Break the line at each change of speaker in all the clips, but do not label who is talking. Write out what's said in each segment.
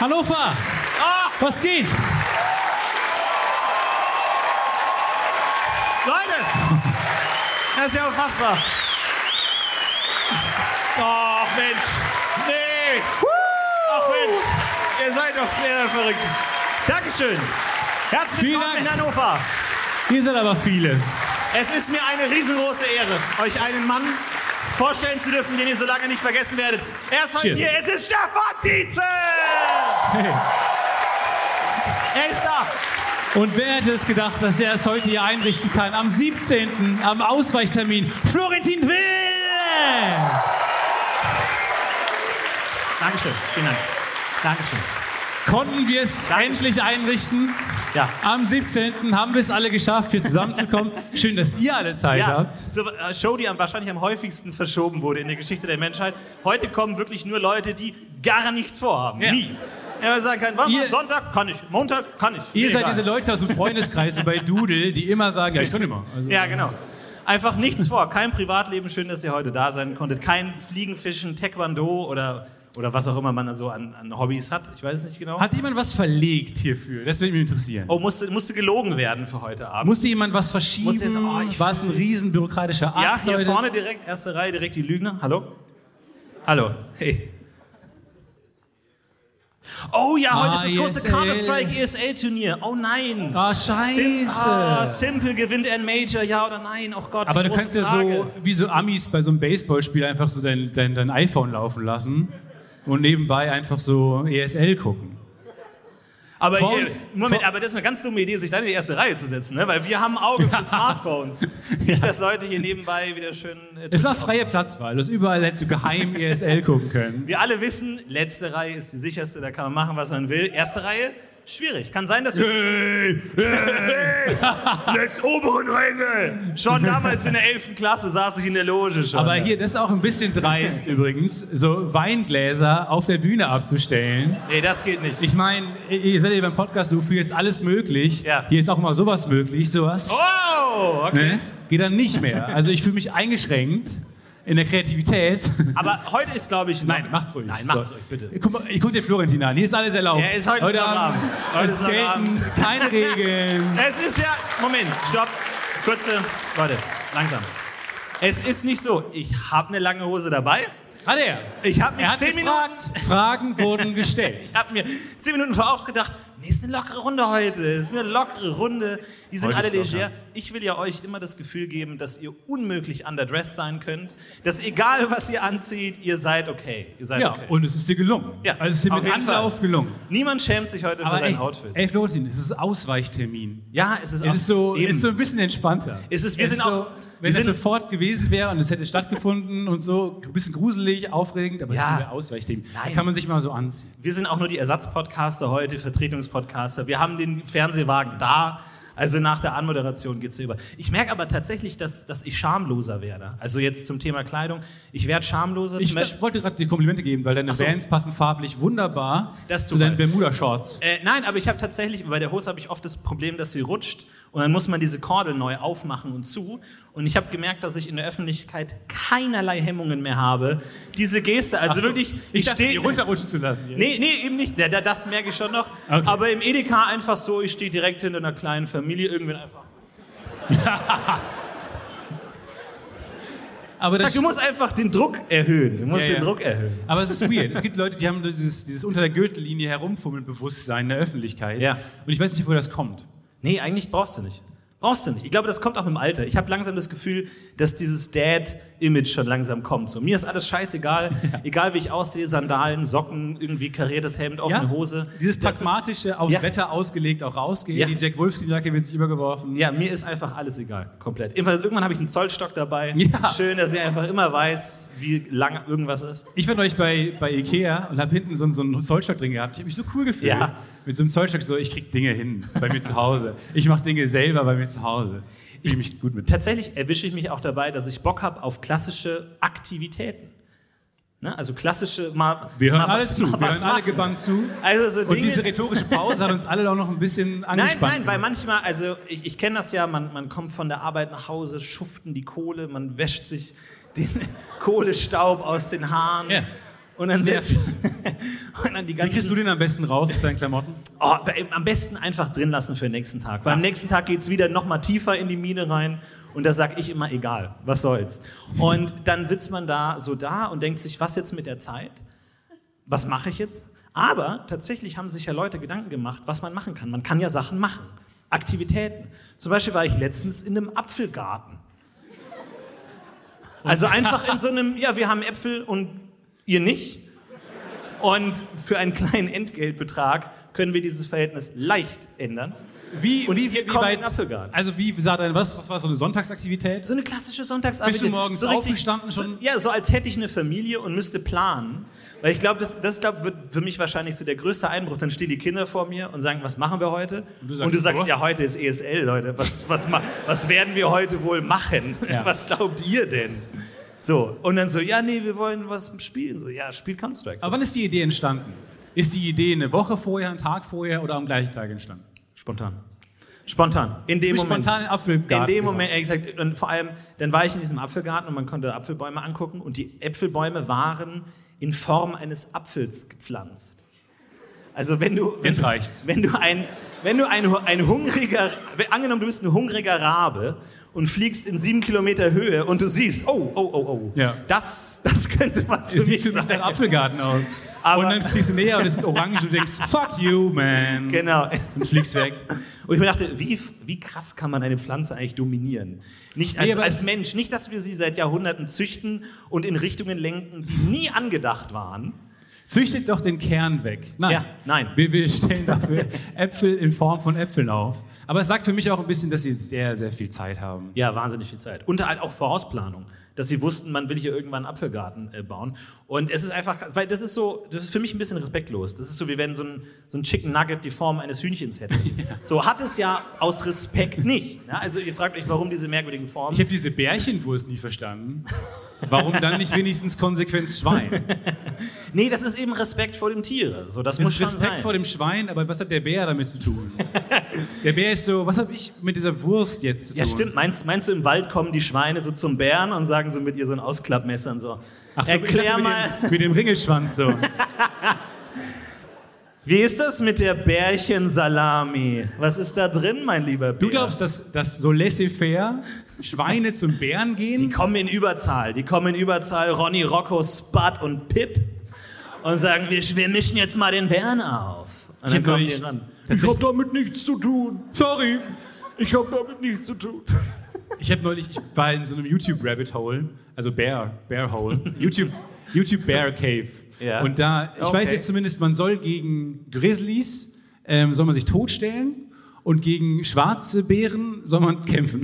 Hannover!
Ah!
Was geht?
Leute! Das ist ja unfassbar. Ach Mensch! Nee! Ach Mensch! Ihr seid doch ihr seid verrückt. Dankeschön! Herzlich
Vielen
willkommen
Dank.
in Hannover!
Hier sind aber viele.
Es ist mir eine riesengroße Ehre, euch einen Mann vorstellen zu dürfen, den ihr so lange nicht vergessen werdet. Er ist heute
Cheers.
hier, es ist Stefan Tietze! Er ist da!
Und wer hätte es gedacht, dass er es heute hier einrichten kann? Am 17. am Ausweichtermin. Florentin Will!
Dankeschön, vielen Dank. Dankeschön.
Konnten wir es endlich einrichten?
Ja.
Am 17. haben wir es alle geschafft, hier zusammenzukommen. Schön, dass ihr alle Zeit
Ja,
habt.
zur äh, Show, die am, wahrscheinlich am häufigsten verschoben wurde in der Geschichte der Menschheit. Heute kommen wirklich nur Leute, die gar nichts vorhaben.
Ja.
Nie. Wenn man sagen kann, warte mal,
Ihr-
Sonntag kann ich, Montag kann ich.
Ihr
Mir
seid
egal.
diese Leute aus dem Freundeskreis bei Doodle, die immer sagen, ja, ich kann immer. Also,
Ja, genau. Einfach nichts vor, kein Privatleben. Schön, dass ihr heute da sein konntet. Kein Fliegen, Fischen, Taekwondo oder, oder was auch immer man so an, an Hobbys hat. Ich weiß es nicht genau.
Hat jemand was verlegt hierfür? Das würde mich interessieren.
Oh, musste, musste gelogen werden für heute Abend.
Musste jemand was verschieben?
Muss jetzt- oh, ich-
War es ein riesen bürokratischer
ja,
Akt
hier
heute?
vorne direkt, erste Reihe, direkt die Lügner. Hallo? Hallo. Hey. Oh ja, heute
Ah,
ist das große
ESL.
Counter-Strike ESL-Turnier. Oh nein.
Ah,
Sim-
scheiße.
ah, Simple gewinnt ein Major, ja oder nein? Oh Gott,
Aber du
große
kannst ja
Frage.
so, wie so Amis bei so einem Baseballspiel einfach so dein, dein, dein iPhone laufen lassen und nebenbei einfach so ESL gucken.
Aber,
Vor
ihr-
uns-
Moment,
vor-
aber das ist eine ganz dumme Idee, sich dann in die erste Reihe zu setzen, ne? weil wir haben ein Auge für Smartphones. Nicht, dass Leute hier nebenbei wieder schön... äh,
Es war freie Platzwahl, du hast überall hättest du geheim ESL gucken können.
Wir alle wissen, letzte Reihe ist die sicherste, da kann man machen, was man will. Erste Reihe, schwierig. Kann sein, dass wir... Hey, let's oberen Ränge! Schon damals in der 11. Klasse saß ich in der Loge schon.
Aber hier, das ist auch ein bisschen dreist übrigens, so Weingläser auf der Bühne abzustellen.
Nee, das geht nicht.
Ich meine, ihr seid ja beim Podcast, du fühlst alles möglich.
Ja.
Hier ist auch mal sowas möglich, sowas.
Oh, okay.
Ne? Geht dann nicht mehr. Also ich fühle mich eingeschränkt in der Kreativität.
Aber heute ist, glaube ich... noch-
Nein, macht's ruhig.
Nein, macht's ruhig, bitte.
Guck, mal, ich guck dir Florentin an. Hier ist alles erlaubt.
Ja, ist heute ist am Abend. Heute ist
es
am
gelten
Abend.
keine Regeln.
Es ist ja. Moment, stopp. Kurze. Leute, langsam. Es ist nicht so, ich habe eine lange Hose dabei.
Hat er.
Ich habe
Er
mir
hat
10 Minuten.
gefragt, Fragen wurden gestellt.
Ich habe mir zehn Minuten vor Auftritt gedacht, nee, ist eine lockere Runde heute. Ist eine lockere Runde. Die sind
Heute
alle
ist locker.
leger. Ich will ja euch immer das Gefühl geben, dass ihr unmöglich underdressed sein könnt. Dass egal, was ihr anzieht, ihr seid okay. Ihr seid
Ja,
okay.
und es ist dir gelungen.
Ja,
also es ist dir
auf
mit
jeden Fall.
Anlauf gelungen.
Niemand schämt sich heute für
ey,
sein Outfit.
ey, Florentin, es ist Ausweichtermin.
ja, es ist, auch-
Es ist so,
eben.
ist so ein bisschen entspannter.
Es ist- wir sind auch- wir
wenn es
sind-
sofort gewesen wäre und es hätte stattgefunden und so, ein bisschen gruselig, aufregend, aber
Ja.
es ist ein Ausweichthema. Da
Nein.
kann man sich mal so anziehen.
Wir sind auch nur die Ersatzpodcaster heute, Vertretungspodcaster. Wir haben den Fernsehwagen da. Also nach der Anmoderation geht's über. Ich merke aber tatsächlich, dass, dass ich schamloser werde. Also jetzt zum Thema Kleidung. Ich werde schamloser.
Ich
Zum Beispiel-
wollte gerade dir Komplimente geben, weil deine
so.
Bands passen farblich wunderbar
Das ist
zu deinen
Zufall.
Bermuda-Shorts.
äh, nein, aber ich habe tatsächlich, bei der Hose habe ich oft das Problem, dass sie rutscht. Und dann muss man diese Kordel neu aufmachen und zu. Und ich habe gemerkt, dass ich in der Öffentlichkeit keinerlei Hemmungen mehr habe. Diese Geste, also
Ach so.
wirklich,
ich dachte,
stehe
die runterrutschen zu lassen. jetzt.
Nee, nee, eben nicht. Da- da- Das merke ich schon noch.
Okay.
Aber im Edeka einfach so, ich stehe direkt hinter einer kleinen Familie, irgendwann einfach.
aber,
Sag,
das,
du musst einfach den Druck erhöhen. Du musst
Ja, ja.
den Druck erhöhen.
aber es ist weird. es gibt Leute, die haben dieses, dieses unter der Gürtellinie herumfummeln Bewusstsein in der Öffentlichkeit.
Ja.
Und ich weiß nicht, wo das kommt.
Nee, eigentlich brauchst du nicht. Brauchst du nicht. Ich glaube, das kommt auch mit dem Alter. Ich habe langsam das Gefühl, dass dieses Dad-Image schon langsam kommt. So, mir ist alles scheißegal. Egal, wie ich aussehe, Sandalen, Socken, irgendwie kariertes Hemd, offene Hose.
Dieses
Das ist-
pragmatische, aufs
Ja.
Wetter ausgelegt, auch rausgehen.
Ja.
Die Jack Wolfskin-Jacke wird sich übergeworfen.
Ja, mir ist einfach alles egal, komplett. Jedenfalls, Irgendwann habe ich einen Zollstock dabei.
Ja.
Schön, dass ich einfach immer weiß, wie lang irgendwas ist.
Ich war neulich bei, bei Ikea und habe hinten so, einen- so einen Zollstock drin gehabt. Ich habe mich so cool gefühlt.
Ja.
Mit so einem Zollstock so, ich krieg Dinge hin bei mir zu Hause. Ich mache Dinge selber bei mir zu Hause. Fühle Ich mich gut mit.
Tatsächlich erwische ich mich auch dabei, dass ich Bock habe auf klassische Aktivitäten. Ne? Also klassische mal.
Wir hören
mal
alle
was-
zu.
mal
Wir
was
hören alle
machen.
gebannt zu.
Also so
Und
Dinge,
diese rhetorische Pause hat uns alle auch noch ein bisschen
Nein,
angespannt.
nein, weil
gemacht.
manchmal, also ich, ich kenne das ja, man, man kommt von der Arbeit nach Hause, schuften die Kohle, man wäscht sich den Kohlestaub aus den Haaren.
Ja.
Und dann,
Sehr
sitzt, Und dann die
Wie kriegst du
ganzen,
den am besten raus aus deinen Klamotten?
oh, am besten einfach drin lassen für den nächsten Tag. Weil am nächsten Tag geht's wieder nochmal tiefer in die Mine rein. Und da sag ich immer, egal, was soll's. Und dann sitzt man da so da und denkt sich, was jetzt mit der Zeit? was mache ich jetzt? Aber tatsächlich haben sich ja Leute Gedanken gemacht, was man machen kann. Man kann ja Sachen machen, Aktivitäten. Zum Beispiel war ich letztens in einem Apfelgarten. Also einfach in so einem, ja, wir haben Äpfel und ihr nicht. Und für einen kleinen Entgeltbetrag können wir dieses Verhältnis leicht ändern.
Wie,
Und
wie,
wir
wie
kommen in
weit?
den Apfelgarten.
Also wie sah dein, was, was war so eine Sonntagsaktivität?
So eine klassische Sonntagsarbeit.
Bist du morgens
so
aufgestanden schon?
So, ja, so als hätte ich eine Familie und müsste planen. Weil ich glaube, das, das glaub, wird für mich wahrscheinlich so der größte Einbruch. Dann stehen die Kinder vor mir und sagen, was machen wir heute? Und
du
du
sagst,
sagst,
oh.
ja, heute ist ESL, Leute. Was, was, ma- was werden wir heute wohl machen?
Ja.
Was glaubt ihr denn? So, und dann so, ja, nee, wir wollen was spielen. So, ja, spiel Counter-Strike. So,
Aber wann ist die Idee entstanden? Ist die Idee eine Woche vorher, einen Tag vorher oder am gleichen Tag entstanden?
spontan. Spontan. In
Du
dem
bist
Moment.
spontan in den Apfelgarten.
In dem
gefahren.
Moment, exakt. Und vor allem, dann war ich in diesem Apfelgarten und man konnte Apfelbäume angucken und die Äpfelbäume waren in Form eines Apfels gepflanzt. Also wenn du, wenn,
Jetzt reicht's.
wenn du ein, wenn du ein, ein hungriger, angenommen du bist ein hungriger Rabe und fliegst in sieben Kilometer Höhe und du siehst, oh, oh, oh, oh,
Ja.
das, das könnte was für
Es sieht
mich
für mich
sein.
nach Apfelgarten aus.
Aber-
und dann fliegst du näher und es sind orange und du denkst, fuck you, man.
Genau.
Und fliegst weg.
Und ich mir dachte, wie, wie krass kann man eine Pflanze eigentlich dominieren? Nicht als,
Nee, aber es-
als Mensch, nicht, dass wir sie seit Jahrhunderten züchten und in Richtungen lenken, die nie angedacht waren.
Züchtet doch den Kern weg. Nein.
Ja, nein.
Wir, wir stellen dafür Äpfel in Form von Äpfeln auf. Aber es sagt für mich auch ein bisschen, dass sie sehr, sehr viel Zeit haben.
Ja, wahnsinnig viel Zeit. Unter anderem auch Vorausplanung, dass sie wussten, man will hier irgendwann einen Apfelgarten äh, bauen. Und es ist einfach, weil das ist so, das ist für mich ein bisschen respektlos. Das ist so, wie wenn so ein, so ein Chicken Nugget die Form eines Hühnchens hätte. So hat es ja aus Respekt nicht. Ne? Also ihr fragt euch, warum diese merkwürdigen Formen.
Ich habe diese Bärchenwurst nie verstanden. Warum dann nicht wenigstens Konsequenz Schwein?
Nee, das ist eben Respekt vor dem Tier. So, das
Es
muss
ist
schon
Respekt
sein.
vor dem Schwein, aber was hat der Bär damit zu tun? Der Bär ist so, was habe ich mit dieser Wurst jetzt zu tun?
Ja, stimmt. Meinst, meinst du, im Wald kommen die Schweine so zum Bären und sagen so mit ihr so ein Ausklappmesser und so?
Ach so, ich
Erklär
dachte,
mal,
Mit dem, mit dem Ringelschwanz so.
wie ist das mit der Bärchensalami? Was ist da drin, mein lieber Bär?
Du glaubst, dass, dass so laissez-faire Schweine zum Bären
die
gehen?
kommen in Überzahl. Die kommen in Überzahl, Ronny, Rocco, Spud und Pip und sagen, wir, wir mischen jetzt mal den Bären auf. Und dann
Ich hab
kommen die
neulich-
ran.
tatsächlich-
hab damit nichts zu tun.
Sorry.
Ich habe damit nichts zu tun.
Ich habe neulich, ich war in so einem YouTube Rabbit Hole, also Bear, Bear Hole, YouTube, YouTube Bear Cave.
Ja.
Und da, ich
Okay.
weiß jetzt zumindest, man soll gegen Grizzlies, ähm, soll man sich totstellen und gegen schwarze Bären soll man kämpfen.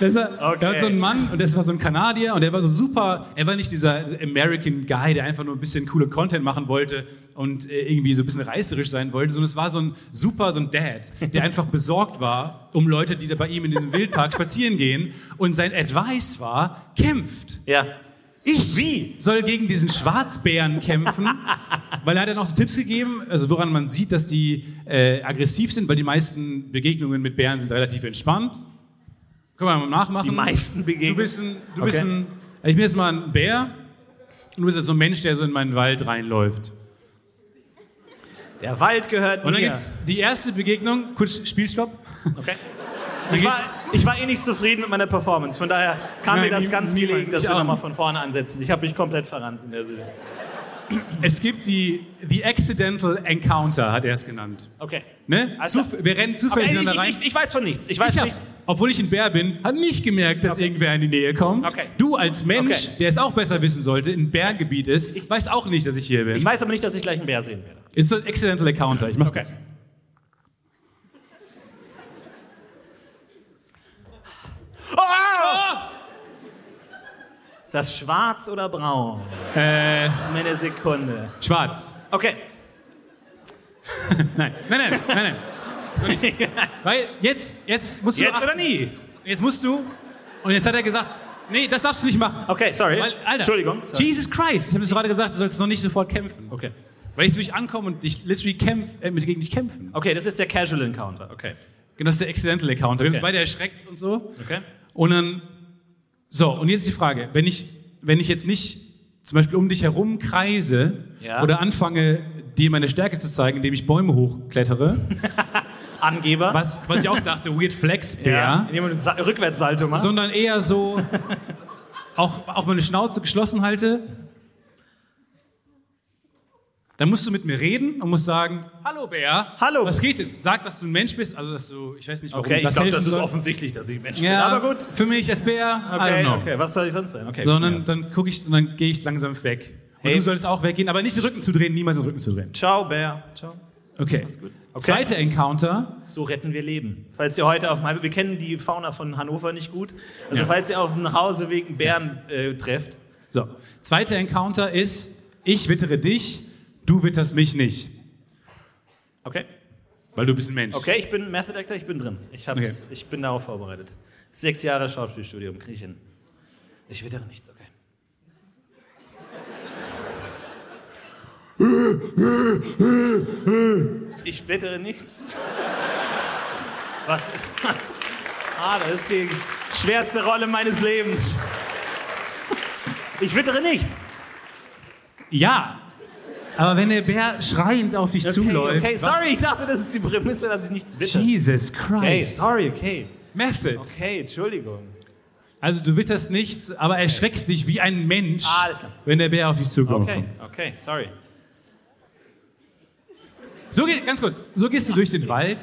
Das war, Da
Okay.
hat so ein Mann und das war so ein Kanadier und der war so super, er war nicht dieser American Guy, der einfach nur ein bisschen coole Content machen wollte und äh, irgendwie so ein bisschen reißerisch sein wollte, sondern es war so ein super, so ein Dad, der einfach besorgt war um Leute, die da bei ihm in diesem Wildpark spazieren gehen und sein Advice war, kämpft.
Ja.
Ich
Wie?
soll gegen diesen Schwarzbären kämpfen, weil er hat dann auch so Tipps gegeben, also woran man sieht, dass die äh, aggressiv sind, weil die meisten Begegnungen mit Bären sind relativ entspannt. Können wir mal nachmachen.
Die meisten Begegnungen?
Du bist ein, du bist
Okay.
ein also ich bin jetzt mal ein Bär und du bist jetzt so ein Mensch, der so in meinen Wald reinläuft.
Der Wald gehört
Und dann
mir.
gibt's die erste Begegnung, kurz Spielstopp.
Okay.
Dann
Ich war,
gibt's-
ich war eh nicht zufrieden mit meiner Performance, von daher kam
Nein,
mir das
nie-
ganz
niemand.
gelegen, dass
Ich
wir
auch.
nochmal von vorne ansetzen. Ich habe mich komplett verrannt in der Serie.
es gibt die The Accidental Encounter, hat er es genannt.
Okay.
Ne?
Also-
Zuf- wir rennen
Aber
zufällig
ich,
ineinander rein.
ich, ich, ich weiß von nichts. Ich weiß
ich hab,
nichts.
obwohl ich ein Bär bin, hat nicht gemerkt, dass
Okay.
irgendwer in die Nähe kommt.
Okay.
Du als Mensch,
Okay.
der es auch besser wissen sollte, in Berggebiet ist, weiß auch nicht, dass ich hier bin.
Ich weiß aber nicht, dass ich gleich einen Bär sehen werde.
ist so ein accidental encounter. Ich mach's
Okay.
kurz.
Ist Ah! das schwarz oder braun?
Äh,
Eine Sekunde.
schwarz.
Okay.
Nein, nein, nein, nein, nein. Noch nicht. Weil jetzt, jetzt musst du.
Jetzt
achten.
oder nie?
Jetzt musst du. Und jetzt hat er gesagt, nee, das darfst du nicht machen.
Okay, sorry.
Weil, Alter,
Entschuldigung. Sorry.
Jesus Christ, ich habe es gerade gesagt, du sollst noch nicht sofort kämpfen.
Okay.
Weil jetzt will ich ankommen und dich literally kämpf, äh, mit- gegen dich kämpfen.
Okay, das ist der Casual Encounter. Okay.
Genau, das ist der accidental encounter. Wir haben uns
Okay.
beide erschreckt und so.
Okay.
Und dann, so, und jetzt ist die Frage, wenn ich, wenn ich jetzt nicht zum Beispiel um dich herum kreise
Ja.
oder anfange, dir meine Stärke zu zeigen, indem ich Bäume hochklettere,
Angeber.
was, was ich auch dachte, Weird Flex Bär,
Ja. Indem du einen Sa- Rückwärtssalto machst.
sondern eher so auch, auch meine Schnauze geschlossen halte. Dann musst du mit mir reden und musst sagen, hallo Bär,
Hallo.
was geht denn? Sag, dass du ein Mensch bist, also dass du, ich weiß nicht, warum
okay, ich
das
glaube,
helfen
das ist
soll.
offensichtlich, dass ich Mensch
Ja,
bin. Aber gut.
Für mich als Bär, I don't
Okay,
know.
okay, was soll ich sonst sein? Okay,
Sondern
gut,
dann gucke ich und dann gehe ich langsam weg. Und
Hey.
du solltest auch weggehen, aber nicht den Rücken zu drehen, niemals den Rücken zu drehen.
Ciao, Bär. Ciao.
Okay.
Mach's gut. Okay.
Zweiter Encounter.
So retten wir Leben. Falls ihr heute auf dem Heimweg, wir kennen die Fauna von Hannover nicht gut, also
Ja.
falls ihr auf dem Hauseweg einen Bären äh, trefft,
So. Zweiter Encounter ist, ich wittere dich, du witterst mich nicht.
okay,
Weil du bist ein Mensch.
okay, ich bin Method Actor, ich bin drin, ich hab's, ich bin darauf vorbereitet. Sechs Jahre Schauspielstudium, krieg ich hin. Ich wittere nichts, okay. Ich wittere nichts. Was? was? Ah, das ist die schwerste Rolle meines Lebens. Ich wittere nichts.
Ja. Aber wenn der Bär schreiend auf dich zuläuft.
Okay,
was-
sorry, ich dachte, das ist die Prämisse, dass ich nichts wittere.
Jesus
Okay,
Christ.
sorry, okay.
Method.
Okay, Entschuldigung.
Also du witterst nichts, aber erschreckst dich wie ein Mensch,
Alles klar.
wenn der Bär auf dich zukommt.
Okay, okay, sorry.
So geht, ganz kurz, so gehst du durch den Wald.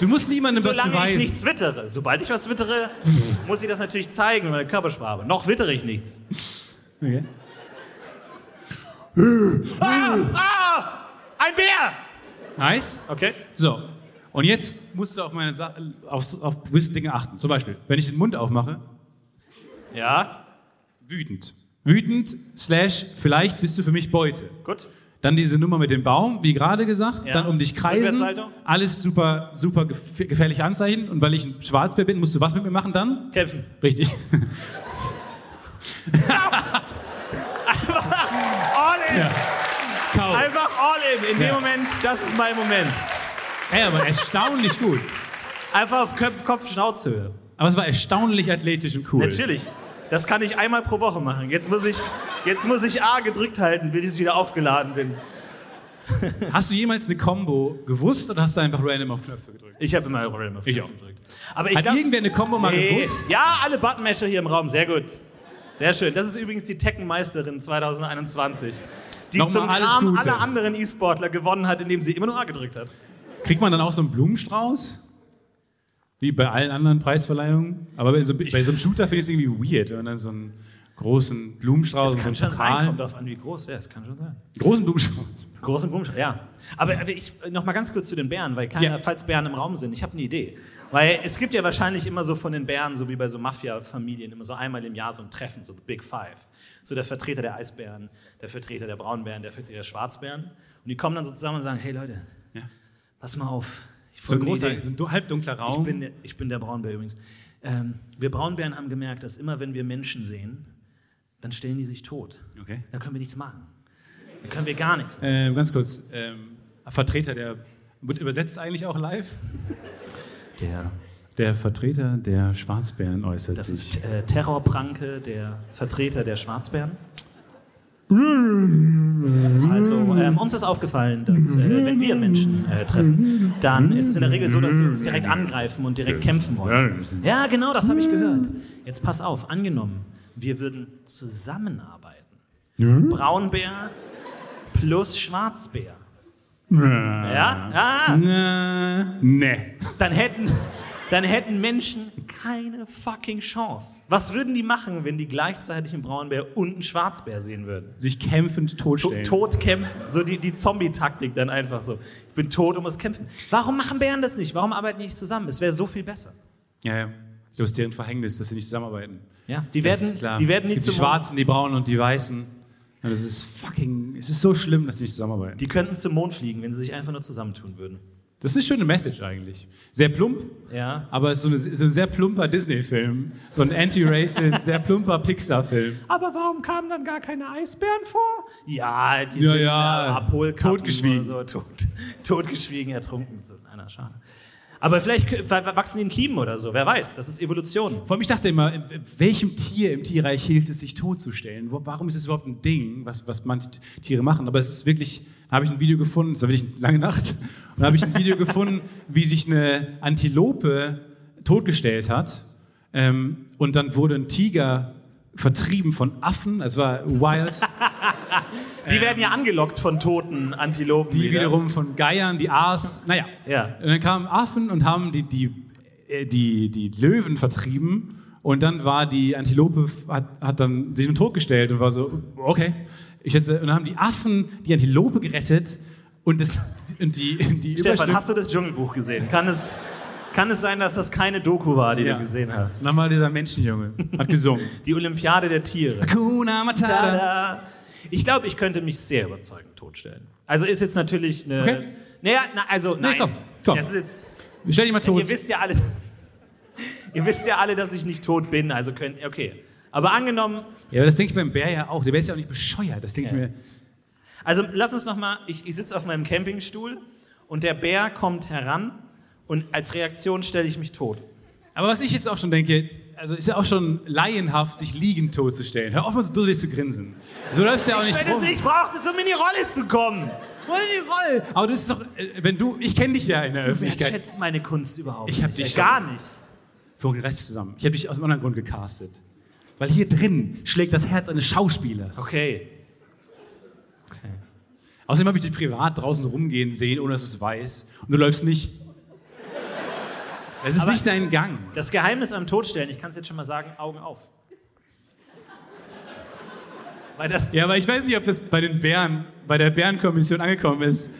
Du musst niemandem was
Solange ich
beweisen.
nichts wittere. Sobald ich was wittere, muss ich das natürlich zeigen mit meiner Körpersprache. Noch wittere ich nichts.
Okay.
Ah! Ah! Ein Bär!
Nice.
Okay.
So. Und jetzt musst du auf meine Sa auf, auf gewisse Dinge achten. Zum Beispiel, wenn ich den Mund aufmache,
Ja,
wütend. Wütend, slash, vielleicht bist du für mich Beute.
gut.
Dann diese Nummer mit dem Baum, wie gerade gesagt,
Ja.
dann um dich kreisen.
Rückwärtssalto.
Alles super, super gef gefährliche Anzeichen. Und weil ich ein Schwarzbär bin, musst du was mit mir machen dann?
Kämpfen.
Richtig.
All in!
Ja. Kau.
Einfach all in. In dem
Ja.
Moment, das ist mein Moment.
Ey, aber erstaunlich gut.
Einfach auf Köpf, Kopf, Schnauzhöhe.
Aber es war erstaunlich athletisch und cool.
Natürlich. Das kann ich einmal pro Woche machen. Jetzt muss ich, jetzt muss ich A gedrückt halten, bis ich wieder aufgeladen bin.
Hast du jemals eine Combo gewusst oder hast du einfach random auf Knöpfe gedrückt?
Ich habe immer Rollen auf
Ich
Knöpfe
auch.
gedrückt. Aber ich
Hat
glaub-
irgendwer eine Combo mal
Nee.
gewusst?
Ja, alle Buttonmasher hier im Raum, sehr gut. Sehr schön. Das ist übrigens die Teckenmeisterin 2021, die
Nochmal
zum
alles
Namen
Gute.
aller anderen E-Sportler gewonnen hat, indem sie immer nur A gedrückt hat.
Kriegt man dann auch so einen Blumenstrauß? Wie bei allen anderen Preisverleihungen? Aber bei so, bei so einem Shooter finde ich es irgendwie weird, wenn man dann so einen großen Blumenstrauß
Das kann
und so
schon
einen
sein,
Also Pokal,
kommt darauf an, wie groß. Ja, das kann schon sein.
großen Blumenstrauß.
Groß und komisch, ja. Aber, aber ich noch mal ganz kurz zu den Bären, weil kleiner,
Ja.
falls Bären im Raum sind, ich habe eine Idee. Weil es gibt ja wahrscheinlich immer so von den Bären, so wie bei so Mafia-Familien, immer so einmal im Jahr so ein Treffen, so Big Five. So der Vertreter der Eisbären, der Vertreter der Braunbären, der Vertreter der Schwarzbären. Und die kommen dann so zusammen und sagen, hey Leute,
Ja.
pass mal auf. Ich
So ein
folgende
großer,
Idee.
so ein du- halbdunkler Raum.
Ich bin, der- ich bin der Braunbär übrigens. Ähm, wir Braunbären haben gemerkt, dass immer wenn wir Menschen sehen, dann stellen die sich tot.
okay.
Dann können wir nichts machen. Dann können wir gar nichts machen.
ähm, ganz kurz, ähm, Vertreter der, wird übersetzt eigentlich auch live?
Der
Der Vertreter der Schwarzbären äußert
Das
sich.
ist äh, Terror Pranke, der Vertreter der Schwarzbären. Also, ähm, uns ist aufgefallen, dass äh, wenn wir Menschen äh, treffen, dann ist es in der Regel so, dass sie uns direkt angreifen und direkt kämpfen wollen. Ja, genau, das habe ich gehört. Jetzt pass auf, angenommen, wir würden zusammenarbeiten. Braunbär plus Schwarzbär. Ja? Ah,
Na, ne.
dann hätten, dann hätten Menschen keine fucking Chance. Was würden die machen, wenn die gleichzeitig einen Braunbär und einen Schwarzbär sehen würden?
Sich kämpfend
To
totstellen.
tot kämpfen, so die, die Zombie-Taktik dann einfach so. Ich bin tot und muss kämpfen. Warum machen Bären das nicht? Warum arbeiten die nicht zusammen? Es wäre so viel besser.
Ja, ja. Das ist deren Verhängnis, dass sie nicht zusammenarbeiten.
Ja, die
Das
werden,
ist klar.
die werden
es
nie
gibt die
zum
Schwarzen, die Braunen und die Weißen. Und es ist fucking, es ist so schlimm, dass sie nicht zusammenarbeiten.
Die könnten zum Mond fliegen, wenn sie sich einfach nur zusammentun würden.
Das ist schon eine Message eigentlich. Sehr plump,
Ja.
aber es ist so, eine, so ein sehr plumper Disney-Film. So ein anti-racist, sehr plumper Pixar-Film.
Aber warum kamen dann gar keine Eisbären vor? Ja, die
Ja,
sind
ja.
ja. Äh, Polkappen
Totgeschwiegen.
oder So, tot, totgeschwiegen, ertrunken. So, nein, na, schade. Aber vielleicht k- w- w- wachsen die in Kiemen oder so, wer weiß, das ist Evolution.
Vor allem, ich dachte immer, in welchem Tier im Tierreich hilft es, sich totzustellen? Wo- Warum ist es überhaupt ein Ding, was, was manche Tiere machen? Aber es ist wirklich, da habe ich ein Video gefunden, es war wirklich eine lange Nacht, und da habe ich ein Video gefunden, wie sich eine Antilope totgestellt hat. Ähm, und dann wurde ein Tiger vertrieben von Affen, es war wild,
Die werden ja angelockt von toten Antilopen.
Ähm.
ne?
die
wieder.
wiederum von Geiern, die Aas, naja.
Ja.
Und dann kamen Affen und haben die, die, äh, die, die Löwen vertrieben. Und dann war die Antilope, f- hat, hat dann sich dem Tod gestellt und war so, okay. Ich schätze, und dann haben die Affen die Antilope gerettet und, das, und die, die
Stefan,
Überschrift-
hast du das Dschungelbuch gesehen? Kann es, kann es sein, dass das keine Doku war, die
Ja.
du gesehen hast?
Und dann war dieser Menschenjunge, hat gesungen.
Die Olympiade der Tiere.
Kuna Matata.
Tada. Ich glaube, ich könnte mich sehr überzeugend totstellen. Also ist jetzt natürlich eine.
Okay.
Naja, na, also nein.
komm, komm.
Das ist jetzt,
Stell dich mal tot.
Ihr wisst ja alle, ihr wisst ja alle, dass ich nicht tot bin, also können, okay. Aber angenommen,
Ja, aber das denke ich beim Bär ja auch. Der Bär ist ja auch nicht bescheuert. Das denke ich mir.
also lass uns nochmal, ich, ich sitze auf meinem Campingstuhl und der Bär kommt heran und als Reaktion stelle ich mich tot.
Aber was ich jetzt auch schon denke, also ist ja auch schon laienhaft, sich liegend totzustellen. Hör auf mal so dusselig zu grinsen. So läufst du ja auch nicht
Wenn es
rum.
nicht braucht, es um in die Rolle zu kommen.
Voll die Rolle. Aber das ist doch, äh, wenn du, ich kenne dich ja in der
Wer
Öffentlichkeit.
schätzt meine Kunst überhaupt?
Ich hab
nicht? Äh,
dich-
gar nicht.
Florian, reiß dich zusammen. Ich habe dich aus einem anderen Grund gecastet. Weil hier drin schlägt das Herz eines Schauspielers.
Okay. Okay.
Außerdem habe ich dich privat draußen rumgehen sehen, ohne dass du es weißt. Und du läufst nicht. Es ist
Aber-
nicht dein Gang.
Das Geheimnis am Todstellen, ich kann es jetzt schon mal sagen, Augen auf. Weil das,
Ja, aber ich weiß nicht, ob das bei den Bären, bei der Bärenkommission angekommen ist,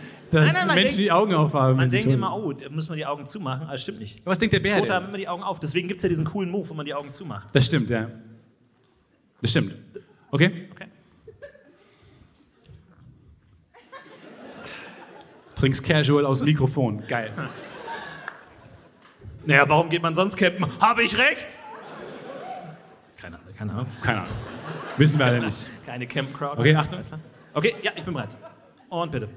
Nein,
dass
nein, man
Menschen
denkt-
die Augen aufhaben.
man denkt immer, oh, da muss man die Augen zumachen, aber das stimmt nicht.
Was denkt der Bär?
Tote
denn?
haben immer die Augen auf, deswegen gibt es ja diesen coolen Move, wo man die Augen zumacht.
Das stimmt, ja. Das stimmt. Okay?
Okay.
Trinkst casual aus dem Mikrofon. Geil.
Naja, warum geht man sonst campen? Habe ich recht? Keine Ahnung, keine Ahnung.
Keine Ahnung. Wissen wir alle nicht.
Keine Camp Crowd.
Okay, Achtung.
Alles klar. Okay, ja, ich bin bereit. Und bitte.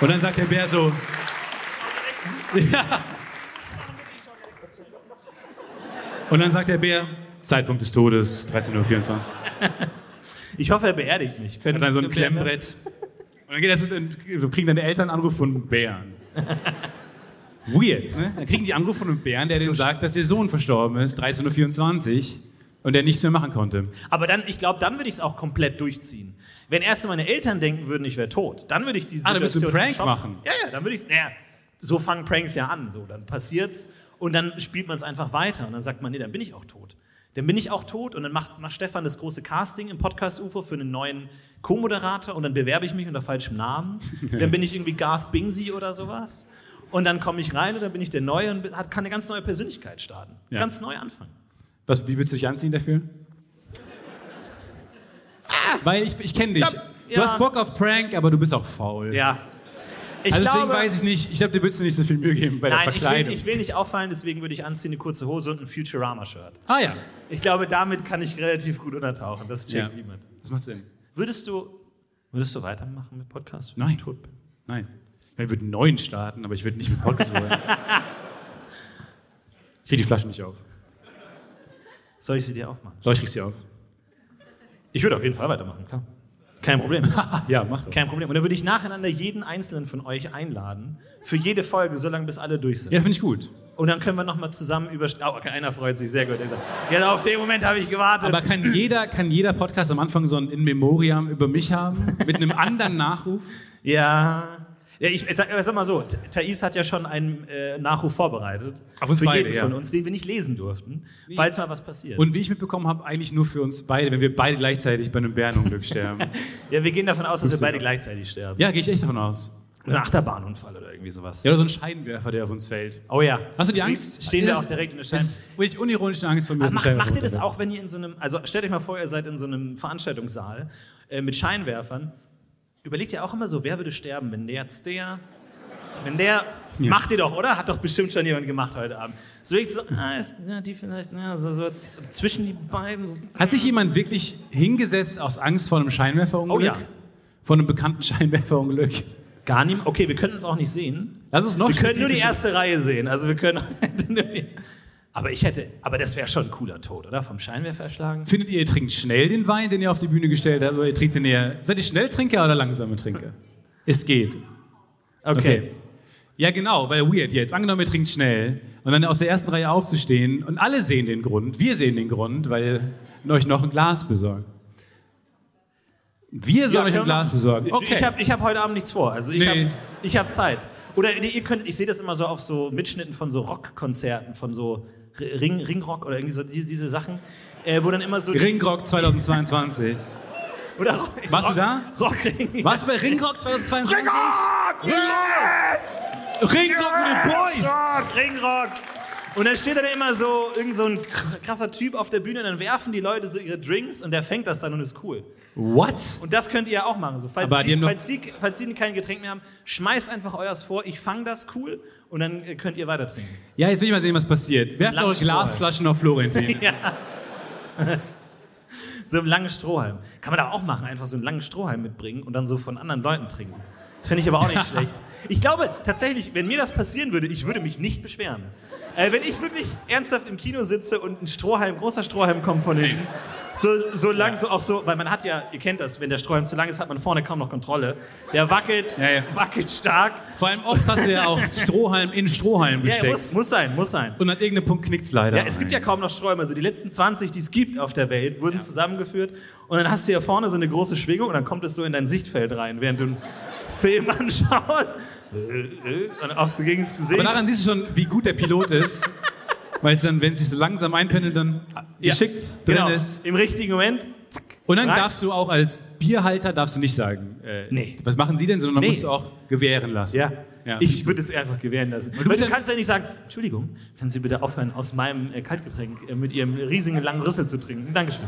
Und dann sagt der Bär so. Ja. Und dann sagt der Bär, Zeitpunkt des Todes, 13.24 Uhr.
Ich hoffe, er beerdigt mich. Können ne?
Und dann so ein Klemmbrett. Und dann geht er zu den, kriegen deine Eltern einen Anruf von einem Bären. Weird, ne? Dann kriegen die Anruf von einem Bären, der
So
denen sagt, dass ihr Sohn verstorben ist, 13.24 Uhr. Und der nichts mehr machen konnte.
Aber dann, ich glaube, dann würde ich es auch komplett durchziehen. Wenn erst meine Eltern denken würden, ich wäre tot, dann würde ich die
Ah,
Situation
dann würdest du einen Prank
im Kopf-
machen.
Ja, ja, dann würde ich es, naja, so fangen Pranks ja an, so, dann passiert's und dann spielt man es einfach weiter und dann sagt man, nee, dann bin ich auch tot. Dann bin ich auch tot und dann macht, macht Stefan das große Casting im Podcast UFO für einen neuen Co-Moderator und dann bewerbe ich mich unter falschem Namen. Dann bin ich irgendwie Garth Bingsy oder sowas und dann komme ich rein und dann bin ich der Neue und hat- kann eine ganz neue Persönlichkeit starten.
Ja.
Ganz neu anfangen.
Was, wie würdest du dich anziehen dafür? Weil ich, ich kenne dich.
Ja,
Du
ja.
hast Bock auf Prank, aber du bist auch faul.
Ja. Ich
also deswegen
glaube-
weiß ich nicht, ich glaube, dir würdest du nicht so viel Mühe geben bei der
Nein, ich will,
Verkleidung.
ich will nicht auffallen, deswegen würde ich anziehen eine kurze Hose und ein Futurama-Shirt.
ah ja.
Ich glaube, damit kann ich relativ gut untertauchen. Das checkt
ja.
niemand.
Das macht Sinn.
Würdest du, würdest du weitermachen mit Podcast? wenn
Nein.
Ich tot bin?
Nein. Ich, meine, ich würde einen neuen starten, aber ich würde nicht mit Podcast wollen. Ich krieg die Flasche nicht auf.
Soll ich sie dir aufmachen?
So, ich krieg sie auf.
Ich würde auf jeden Fall weitermachen, klar. Kein Problem.
Ja, mach doch.
Kein Problem. Und dann würde ich nacheinander jeden einzelnen von euch einladen. Für jede Folge, solange bis alle durch sind.
Ja, finde ich gut.
Und dann können wir nochmal zusammen über. Oh, okay, einer freut sich, sehr gut. Er sagt, Ja, auf den Moment habe ich gewartet.
Aber kann jeder, kann jeder Podcast am Anfang so ein In Memoriam über mich haben? Mit einem anderen Nachruf?
Ja. ja ich, ich, sag, ich sag mal so, Th- Thais hat ja schon einen äh, Nachruf vorbereitet.
Auf uns
für
beide,
jeden
ja.
von uns, den wir nicht lesen durften, falls mal was passiert.
Und wie ich mitbekommen habe, eigentlich nur für uns beide, wenn wir beide gleichzeitig bei einem Bärenunglück sterben.
ja, wir gehen davon aus, dass wir
Grüße.
beide gleichzeitig sterben.
Ja, gehe ich echt davon aus.
Ein Achterbahnunfall oder irgendwie sowas.
Ja, oder so ein Scheinwerfer, der auf uns fällt.
Oh ja.
Hast du die
Deswegen
Angst?
Stehen wir
Das-
auch direkt in der
Das
Scheibe.
ist wirklich unironische Angst von mir. dass ein
Macht,
Scheinwerfer
macht ihr das
runterfällt.
auch, wenn ihr in so einem, also stellt euch mal vor, ihr seid in so einem Veranstaltungssaal äh, mit Scheinwerfern. Überlegt ihr auch immer so, wer würde sterben, wenn der jetzt der, wenn der, Macht ihr doch, oder? Hat doch bestimmt schon jemand gemacht heute Abend. So ich so, ah, ist- ja, die vielleicht, na, so, so z- zwischen die beiden. So.
Hat sich jemand wirklich hingesetzt aus Angst vor einem Scheinwerferunglück?
Oh ja.
Von einem bekannten Scheinwerferunglück.
Gar nicht. Okay, wir können es auch nicht sehen.
Lass uns noch
Wir können nur die
spezifischer-
erste Reihe sehen. Also wir können. nur die- aber ich hätte, aber das wäre schon ein cooler Tod, oder? Vom Scheinwerfer erschlagen.
Findet ihr, ihr trinkt schnell den Wein, den ihr auf die Bühne gestellt habt, oder ihr trinkt den eher. Seid ihr Schnelltrinker oder langsame Trinker? Es geht. Okay. Ja, genau, weil weird jetzt. Angenommen, ihr trinkt schnell und dann aus der ersten Reihe aufzustehen und alle sehen den Grund. Wir sehen den Grund, weil ihr euch noch ein Glas besorgt. Wir sollen euch
können
ein Glas
wir-
besorgen.
Okay. Ich habe ich hab heute Abend nichts vor. Also ich
Nee.
habe ich hab Zeit. Oder nee, ihr könnt, ich sehe das immer so auf so Mitschnitten von so Rockkonzerten, von so R- Ring, Ringrock oder irgendwie so diese, diese Sachen, äh, wo dann immer so.
Ringrock 2022.
oder Rock-
Warst du
Rock-
da?
Rockring.
Was bei Ringrock 2022? Ringrock! Ringrock mit den Boys!
Ringrock, Ringrock. Und dann steht dann immer so irgend so ein krasser Typ auf der Bühne und dann werfen die Leute so ihre Drinks und der fängt das dann und ist cool.
What?
Und das könnt ihr ja auch machen. So, falls,
Aber die
die,
haben doch-
falls, die, falls die kein Getränk mehr haben, schmeißt einfach euers vor, ich fange das cool und dann äh, könnt ihr weiter trinken.
Ja, jetzt will ich mal sehen, was passiert. Werft
langen
eure Glasflaschen auf Florentin.
Ja. so einen langen Strohhalm. Kann man da auch machen, einfach so einen langen Strohhalm mitbringen und dann so von anderen Leuten trinken. Das finde ich aber auch nicht schlecht. Ich glaube tatsächlich, wenn mir das passieren würde, ich würde mich nicht beschweren. Äh, wenn ich wirklich ernsthaft im Kino sitze und ein Strohhalm, großer Strohhalm kommt von hinten, so, so lang, so auch so, weil man hat ja, ihr kennt das, wenn der Strohhalm zu lang ist, hat man vorne kaum noch Kontrolle. Der wackelt,
Ja, ja.
wackelt stark.
Vor allem oft hast du ja auch Strohhalm in Strohhalm
Ja,
gesteckt.
muss, muss sein, muss sein.
und an irgendeinem Punkt knickt's leider.
Ja, es gibt ja kaum noch Sträume. Also die letzten 20, die es gibt auf der Welt, wurden zusammengeführt. Und dann hast du ja vorne so eine große Schwingung und dann kommt es so in dein Sichtfeld rein, während du einen Film anschaust. Äh, äh, Und auch so gegen das Gesicht.
Aber daran siehst du schon, wie gut der Pilot ist. Weil es dann, wenn es sich so langsam einpendelt, dann
Ja,
geschickt drin
genau,
ist.
Im richtigen Moment. zack.
Und dann
Rein.
darfst du auch als Bierhalter darfst du nicht sagen, äh,
Nee.
was machen Sie denn, sondern man
Nee.
musst du auch gewähren lassen.
Ja.
Ja, finde ich
ich würde es einfach gewähren lassen. Weil
bist
du
ja-
kannst ja nicht sagen, Entschuldigung, können Sie bitte aufhören, aus meinem äh, Kaltgetränk äh, mit Ihrem riesigen langen Rüssel zu trinken. Dankeschön.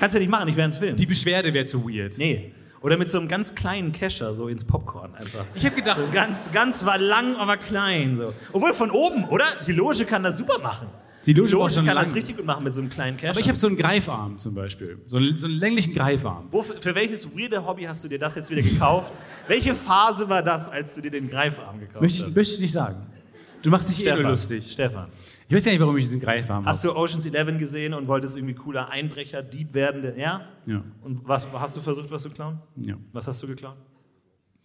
Kannst ja nicht machen, ich wäre ins Film.
Die Beschwerde wäre zu weird.
Nee. Oder mit so einem ganz kleinen Kescher, so ins Popcorn einfach.
Ich habe gedacht,
So Also Ganz, ganz war lang, aber klein. So. Obwohl von oben, oder? Die Loge kann das super machen.
Die Loge braucht schon
kann
lang.
das richtig gut machen mit so einem kleinen Cash.
aber ich habe so einen Greifarm zum Beispiel. So einen, so einen länglichen Greifarm.
Wo, für welches weirde Hobby hast du dir das jetzt wieder gekauft? Welche Phase war das, als du dir den Greifarm gekauft
Möchte ich,
hast?
möchte ich nicht sagen. Du machst dich eh nur lustig.
Stefan,
Ich weiß ja nicht, warum ich diesen Greifarm habe.
hast du Ocean's Eleven gesehen und wolltest irgendwie cooler Einbrecher, Dieb werden? der- Ja?
Ja,
Und was hast du versucht, was zu klauen?
ja.
Was hast du geklaut?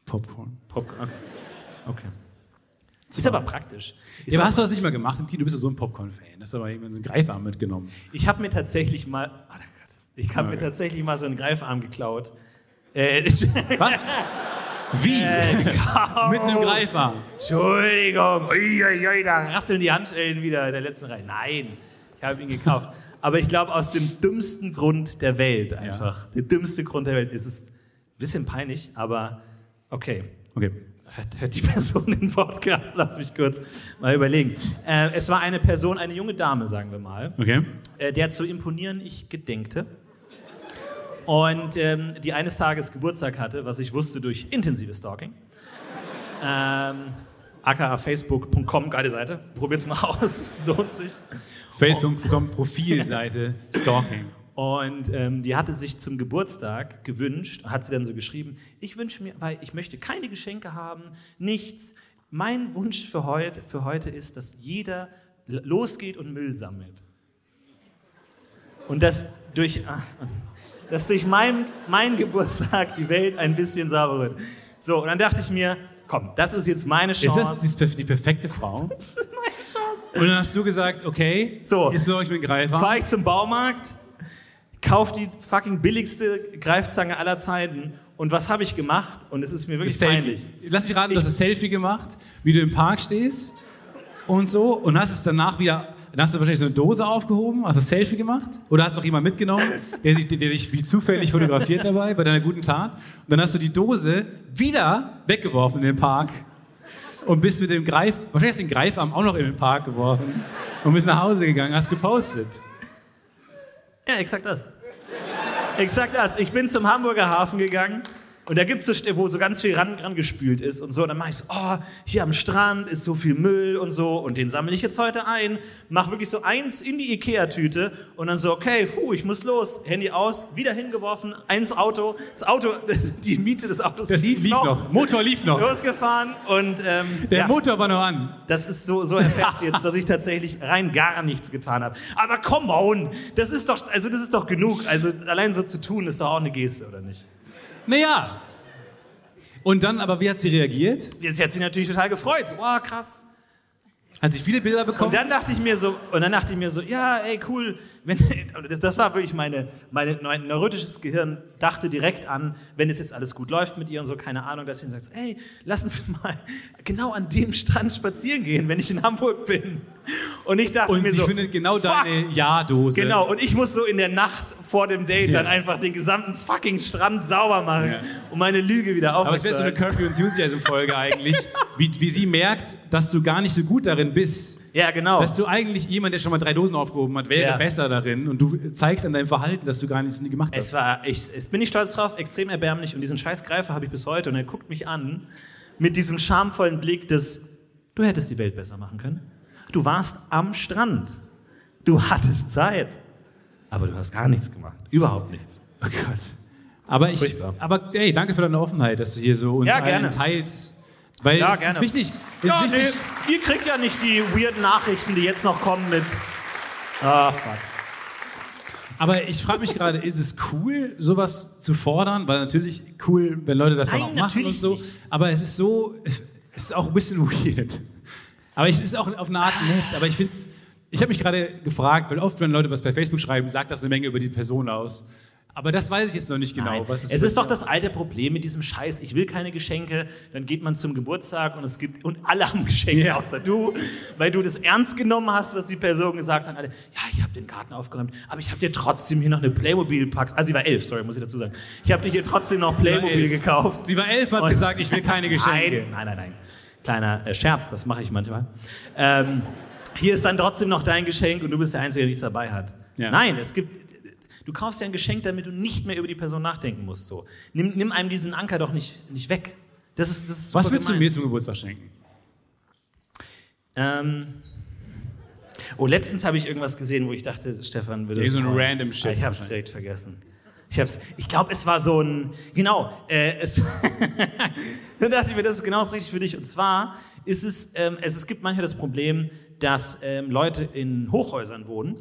Popcorn.
Popcorn. Okay. okay. Ist aber praktisch. Ist
Ja,
aber
aber hast du das nicht mal gemacht im Kino? Du bist ja so ein Popcorn-Fan. Hast du aber irgendwann so einen Greifarm mitgenommen.
Ich habe mir tatsächlich mal, oh Gott, ich habe mir tatsächlich mal so einen Greifarm geklaut. Äh, Entschuldigung.
Was? Wie? Mit
Oh.
einem Greifarm.
Uiuiui, da rasseln die Handschellen wieder in der letzten Reihe. Nein, ich habe ihn gekauft. Aber ich glaube, aus dem dümmsten Grund der Welt einfach. Der dümmste Grund der Welt. Es ist ein bisschen peinlich, aber okay.
Okay.
Hört, hört die Person den Podcast? Lass mich kurz mal überlegen. Äh, es war eine Person, eine junge Dame, sagen wir mal.
Okay.
äh, der zu imponieren ich gedenkte. Und ähm, die eines Tages Geburtstag hatte, was ich wusste durch intensives Stalking. Ähm, aka facebook.com, geile Seite. Probiert's mal aus, es lohnt sich.
Facebook.com Profilseite Stalking.
Und ähm, die hatte sich zum Geburtstag gewünscht, hat sie dann so geschrieben, ich wünsche mir, weil ich möchte keine Geschenke haben, nichts. Mein Wunsch für heute, für heute ist, dass jeder l- losgeht und Müll sammelt. Und dass durch, ah, dass durch mein, mein Geburtstag die Welt ein bisschen sauber wird. So, und dann dachte ich mir, komm, das ist jetzt meine
Ist
Chance.
das die, die perfekte Frau?
das ist meine Chance.
Und dann hast du gesagt, okay,
So.
jetzt besorge ich mir einen Greifarm.
fahre ich zum Baumarkt, kauf die fucking billigste Greifzange aller Zeiten. Und was habe ich gemacht? Und es ist mir wirklich peinlich.
Lass mich raten, du hast ein Selfie gemacht, wie du im Park stehst und so. Und hast es danach wieder, dann hast du wahrscheinlich so eine Dose aufgehoben, hast ein Selfie gemacht. Oder hast noch jemand mitgenommen, der, sich, der dich wie zufällig fotografiert dabei, bei deiner guten Tat. Und dann hast du die Dose wieder weggeworfen in den Park. Und bist mit dem Greif, wahrscheinlich hast du den Greifarm auch noch in den Park geworfen. Und bist nach Hause gegangen, hast gepostet.
Ja, exakt das. Exakt das. Ich bin zum Hamburger Hafen gegangen, Und da gibt es so, St- wo so ganz viel ran, rangespült ist und so. Und dann mache ich so, oh, hier am Strand ist so viel Müll und so. Und den sammle ich jetzt heute ein. Mach wirklich so eins in die Ikea-Tüte. Und dann so, okay, puh, ich muss los. Handy aus, wieder hingeworfen, eins Auto. Das Auto, die Miete des Autos
Das lief, noch. Motor lief noch.
Losgefahren und ähm,
Genau. Der
ja.
Motor war noch an.
Das ist so, so erfährst du jetzt, dass ich tatsächlich rein gar nichts getan habe. Aber come on, das ist doch, also das ist doch genug. Also allein so zu tun, ist doch auch eine Geste, oder nicht?
Naja. Und dann, aber wie hat sie reagiert?
Jetzt hat sie natürlich total gefreut. So, wow, krass.
Hat sie viele Bilder bekommen?
Und dann dachte ich mir so, und dann dachte ich mir so, ja, ey, cool. Wenn, das, das war wirklich meine, meine, mein neurotisches Gehirn dachte direkt an, wenn es jetzt alles gut läuft mit ihr und so, keine Ahnung, dass sie dann sagt, ey, lass uns mal genau an dem Strand spazieren gehen, wenn ich in Hamburg bin. Und ich dachte
Und
mir
sie
so,
findet genau
fuck,
deine Ja-Dose.
Genau, und ich muss so in der Nacht vor dem Date
Ja.
dann einfach den gesamten fucking Strand sauber machen,
Ja.
um meine Lüge wieder
Aber es wäre so eine
aufzuhalten.
Curfew Enthusiasm-Folge eigentlich, wie, wie sie merkt, dass du gar nicht so gut darin bist.
Ja, genau.
Dass du eigentlich jemand, der schon mal drei Dosen aufgehoben hat, wäre
Ja.
besser darin und du zeigst an deinem Verhalten, dass du gar nichts nie gemacht hast.
Es war, ich, es bin ich stolz drauf, extrem erbärmlich und diesen scheiß Greifer habe ich bis heute und er guckt mich an mit diesem schamvollen Blick des, du hättest die Welt besser machen können. Du warst am Strand. Du hattest Zeit. Aber du hast gar nichts gemacht. Überhaupt nichts.
Oh Gott. Aber ich,
Furchtbar.
aber hey, danke für deine Offenheit, dass du hier so uns
Ja,
allen
gerne.
teilst. Weil
Ja,
es ist
gerne.
wichtig. Es
Ja,
ist wichtig.
nee, ihr kriegt ja nicht die weirden Nachrichten, die jetzt noch kommen mit, ah, fuck.
Aber ich frage mich gerade, ist es cool, sowas zu fordern? Weil natürlich cool, wenn Leute das dann
Nein,
auch machen und
natürlich
so.
nicht.
Aber es ist so, es ist auch ein bisschen weird. Aber es ist auch auf eine Art nett. Aber ich finde es, ich habe mich gerade gefragt, weil oft, wenn Leute was bei Facebook schreiben, sagt das eine Menge über die Person aus. Aber das weiß ich jetzt noch nicht genau.
Nein.
Was
es ist doch das alte Problem mit diesem Scheiß. Ich will keine Geschenke. Dann geht man zum Geburtstag und es gibt und alle haben Geschenke
Ja.
außer du, weil du das ernst genommen hast, was die Person gesagt hat. Alle, ja, ich habe den Garten aufgeräumt, aber ich habe dir trotzdem hier noch eine Playmobil packs. Also sie war elf, sorry, muss ich dazu sagen. Ich habe dir hier trotzdem noch
war
Playmobil
elf.
gekauft.
Sie war elf, hat
Und-
gesagt, ich will keine Geschenke.
Nein, nein, nein, nein. Kleiner äh, Scherz, das mache ich manchmal. Ähm, hier ist dann trotzdem noch dein Geschenk und du bist der Einzige, der nichts dabei hat.
Ja.
Nein, es gibt. Du kaufst ja ein Geschenk, damit du nicht mehr über die Person nachdenken musst. So. Nimm, nimm einem diesen Anker doch nicht, nicht weg. Das ist, das ist
Was
super
willst du
gemein.
mir zum Geburtstag schenken?
Ähm, oh, letztens habe ich irgendwas gesehen, wo ich dachte, Stefan würde
Irgend
es
so ein
freuen.
random Shit
Ah, Ich habe es direkt vergessen. Ich, hab's- ich glaube, es war so ein. Genau. Äh, es Dann dachte ich mir, das ist genau das Richtige für dich. Und zwar ist es, ähm, es, es gibt manchmal das Problem, dass ähm, Leute in Hochhäusern wohnen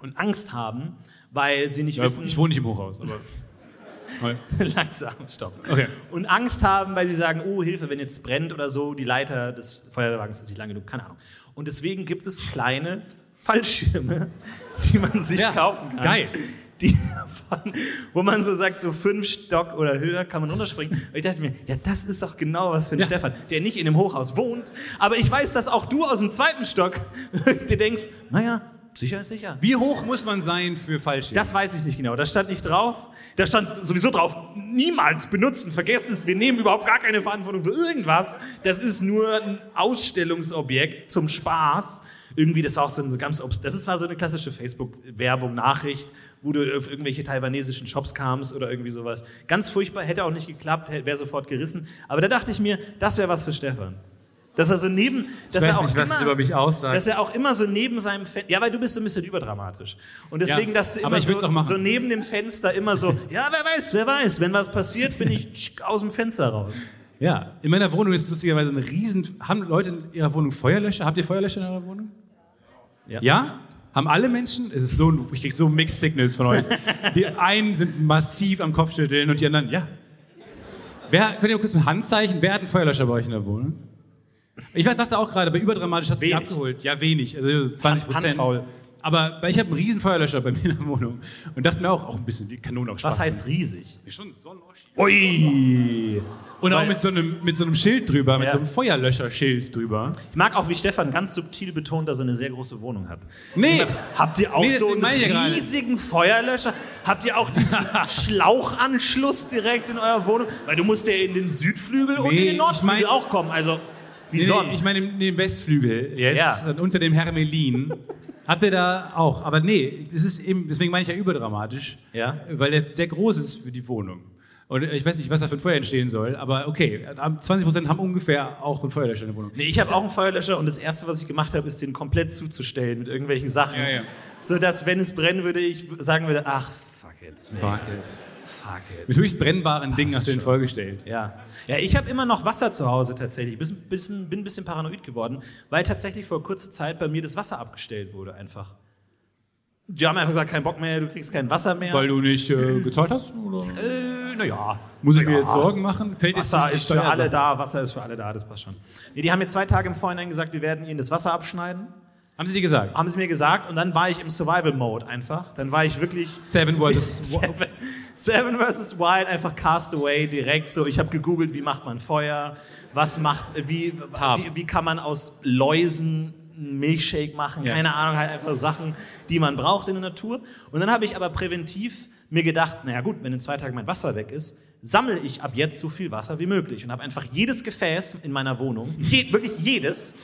und Angst haben, weil sie nicht
Ja,
wissen.
ich wohne nicht im Hochhaus, aber.
Langsam, stopp.
Okay.
Und Angst haben, weil sie sagen, oh, Hilfe, wenn jetzt brennt oder so, die Leiter des Feuerwagens ist nicht lang genug, keine Ahnung. Und deswegen gibt es kleine Fallschirme, die man sich
Ja,
kaufen kann.
geil.
Die von, wo man so sagt, so fünf Stock oder höher kann man runterspringen. Und ich dachte mir, ja, das ist doch genau was für einen
Ja.
Stefan, der nicht in einem Hochhaus wohnt. Aber ich weiß, dass auch du aus dem zweiten Stock dir denkst, naja, sicher ist sicher.
Wie hoch muss man sein für Fallschirm?
Das weiß ich nicht genau. Da stand nicht drauf. Da stand sowieso drauf, niemals benutzen, vergesst es, wir nehmen überhaupt gar keine Verantwortung für irgendwas. Das ist nur ein Ausstellungsobjekt zum Spaß. Irgendwie, das war auch so eine ganz, obs- das ist- war so eine klassische Facebook-Werbung, Nachricht, wo du auf irgendwelche taiwanesischen Shops kamst oder irgendwie sowas. Ganz furchtbar, hätte auch nicht geklappt, wäre sofort gerissen. Aber da dachte ich mir, das wäre was für Stefan. Dass er so neben, dass er
ich weiß
auch
nicht,
immer,
was es über mich aussagt.
dass er auch immer so neben seinem Fenster. Ja, weil du bist so ein bisschen überdramatisch. Und deswegen,
Ja,
dass du
aber
immer
ich will's auch
so,
machen.
so neben dem Fenster immer so, ja, wer weiß, wer weiß, wenn was passiert, bin ich tsch, aus dem Fenster raus.
Ja, in meiner Wohnung ist lustigerweise ein riesen... Haben Leute in ihrer Wohnung Feuerlöscher? Habt ihr Feuerlöscher in eurer Wohnung?
Ja.
Ja? Haben alle Menschen? Es ist so, ein- ich krieg so Mixed Signals von euch. Die einen sind massiv am Kopfschütteln und die anderen, ja. Wer, könnt ihr mal kurz ein Handzeichen, wer hat einen Feuerlöscher bei euch in der Wohnung? Ich weiß, dachte auch gerade, bei überdramatisch hat es mich
Wenig.
abgeholt. Ja, wenig, also 20 Prozent.
Handfaul.
Aber weil ich habe einen riesen Feuerlöscher bei mir in der Wohnung und dachte mir auch, auch ein bisschen wie Kanonen auf Spaß.
Was heißt riesig?
Schon Sonnenleuchten.
Ui!
Und auch
Weil-
mit so, einem, mit so einem Schild drüber, mit
Ja.
so einem Feuerlöscherschild drüber.
Ich mag auch, wie Stefan ganz subtil betont, dass er eine sehr große Wohnung hat.
Nee.
Habt ihr auch
Nee,
so
deswegen
einen
meine ich ja gerade.
riesigen Feuerlöscher? Habt ihr auch diesen Schlauchanschluss direkt in eurer Wohnung? Weil du musst ja in den Südflügel und
Nee,
in den
ich
Nordflügel
mein-
auch kommen. Also, wie
Nee,
sonst?
Ich meine, den- den Westflügel jetzt,
Ja.
und unter dem Hermelin. Habt ihr da auch? Aber nee, es ist eben, deswegen meine ich ja überdramatisch,
Ja.
weil der sehr groß ist für die Wohnung. Und ich weiß nicht, was da für ein Feuer entstehen soll, aber okay, 20% haben ungefähr auch einen Feuerlöscher in der Wohnung.
Nee, ich habe auch einen Feuerlöscher und das Erste, was ich gemacht habe, ist, den komplett zuzustellen mit irgendwelchen Sachen.
Ja, ja.
Sodass, wenn es brennen würde, ich sagen würde, ach, fuck it,
Fuck
fuck it.
Mit höchst brennbaren Dingen hast du den
schon.
vollgestellt.
Ja, ja ich habe immer noch Wasser zu Hause tatsächlich. Bisschen, bisschen, bin ein bisschen paranoid geworden, weil tatsächlich vor kurzer Zeit bei mir das Wasser abgestellt wurde einfach. Die haben einfach gesagt, kein Bock mehr, du kriegst kein Wasser mehr.
Weil du nicht äh, gezahlt hast? Oder?
äh, naja.
Muss ich mir jetzt Sorgen machen? Fällt jetzt
Wasser
die
ist für alle
Steuersache?
da, Wasser ist für alle da, das passt schon. Nee, die haben mir zwei Tage im Vorhinein gesagt, wir werden ihnen das Wasser abschneiden.
Haben sie dir gesagt?
Haben sie mir gesagt und dann war ich im Survival-Mode einfach. Dann war ich wirklich
Seven Worlds.
Seven, Seven vs. Wild, einfach Castaway direkt so. Ich habe gegoogelt, wie macht man Feuer, was macht, wie,
Tab.
wie, wie kann man aus Läusen einen Milchshake machen,
Ja.
keine Ahnung, halt einfach Sachen, die man braucht in der Natur. Und dann habe ich aber präventiv mir gedacht, naja gut, wenn in zwei Tagen mein Wasser weg ist, sammle ich ab jetzt so viel Wasser wie möglich und habe einfach jedes Gefäß in meiner Wohnung, je, wirklich jedes,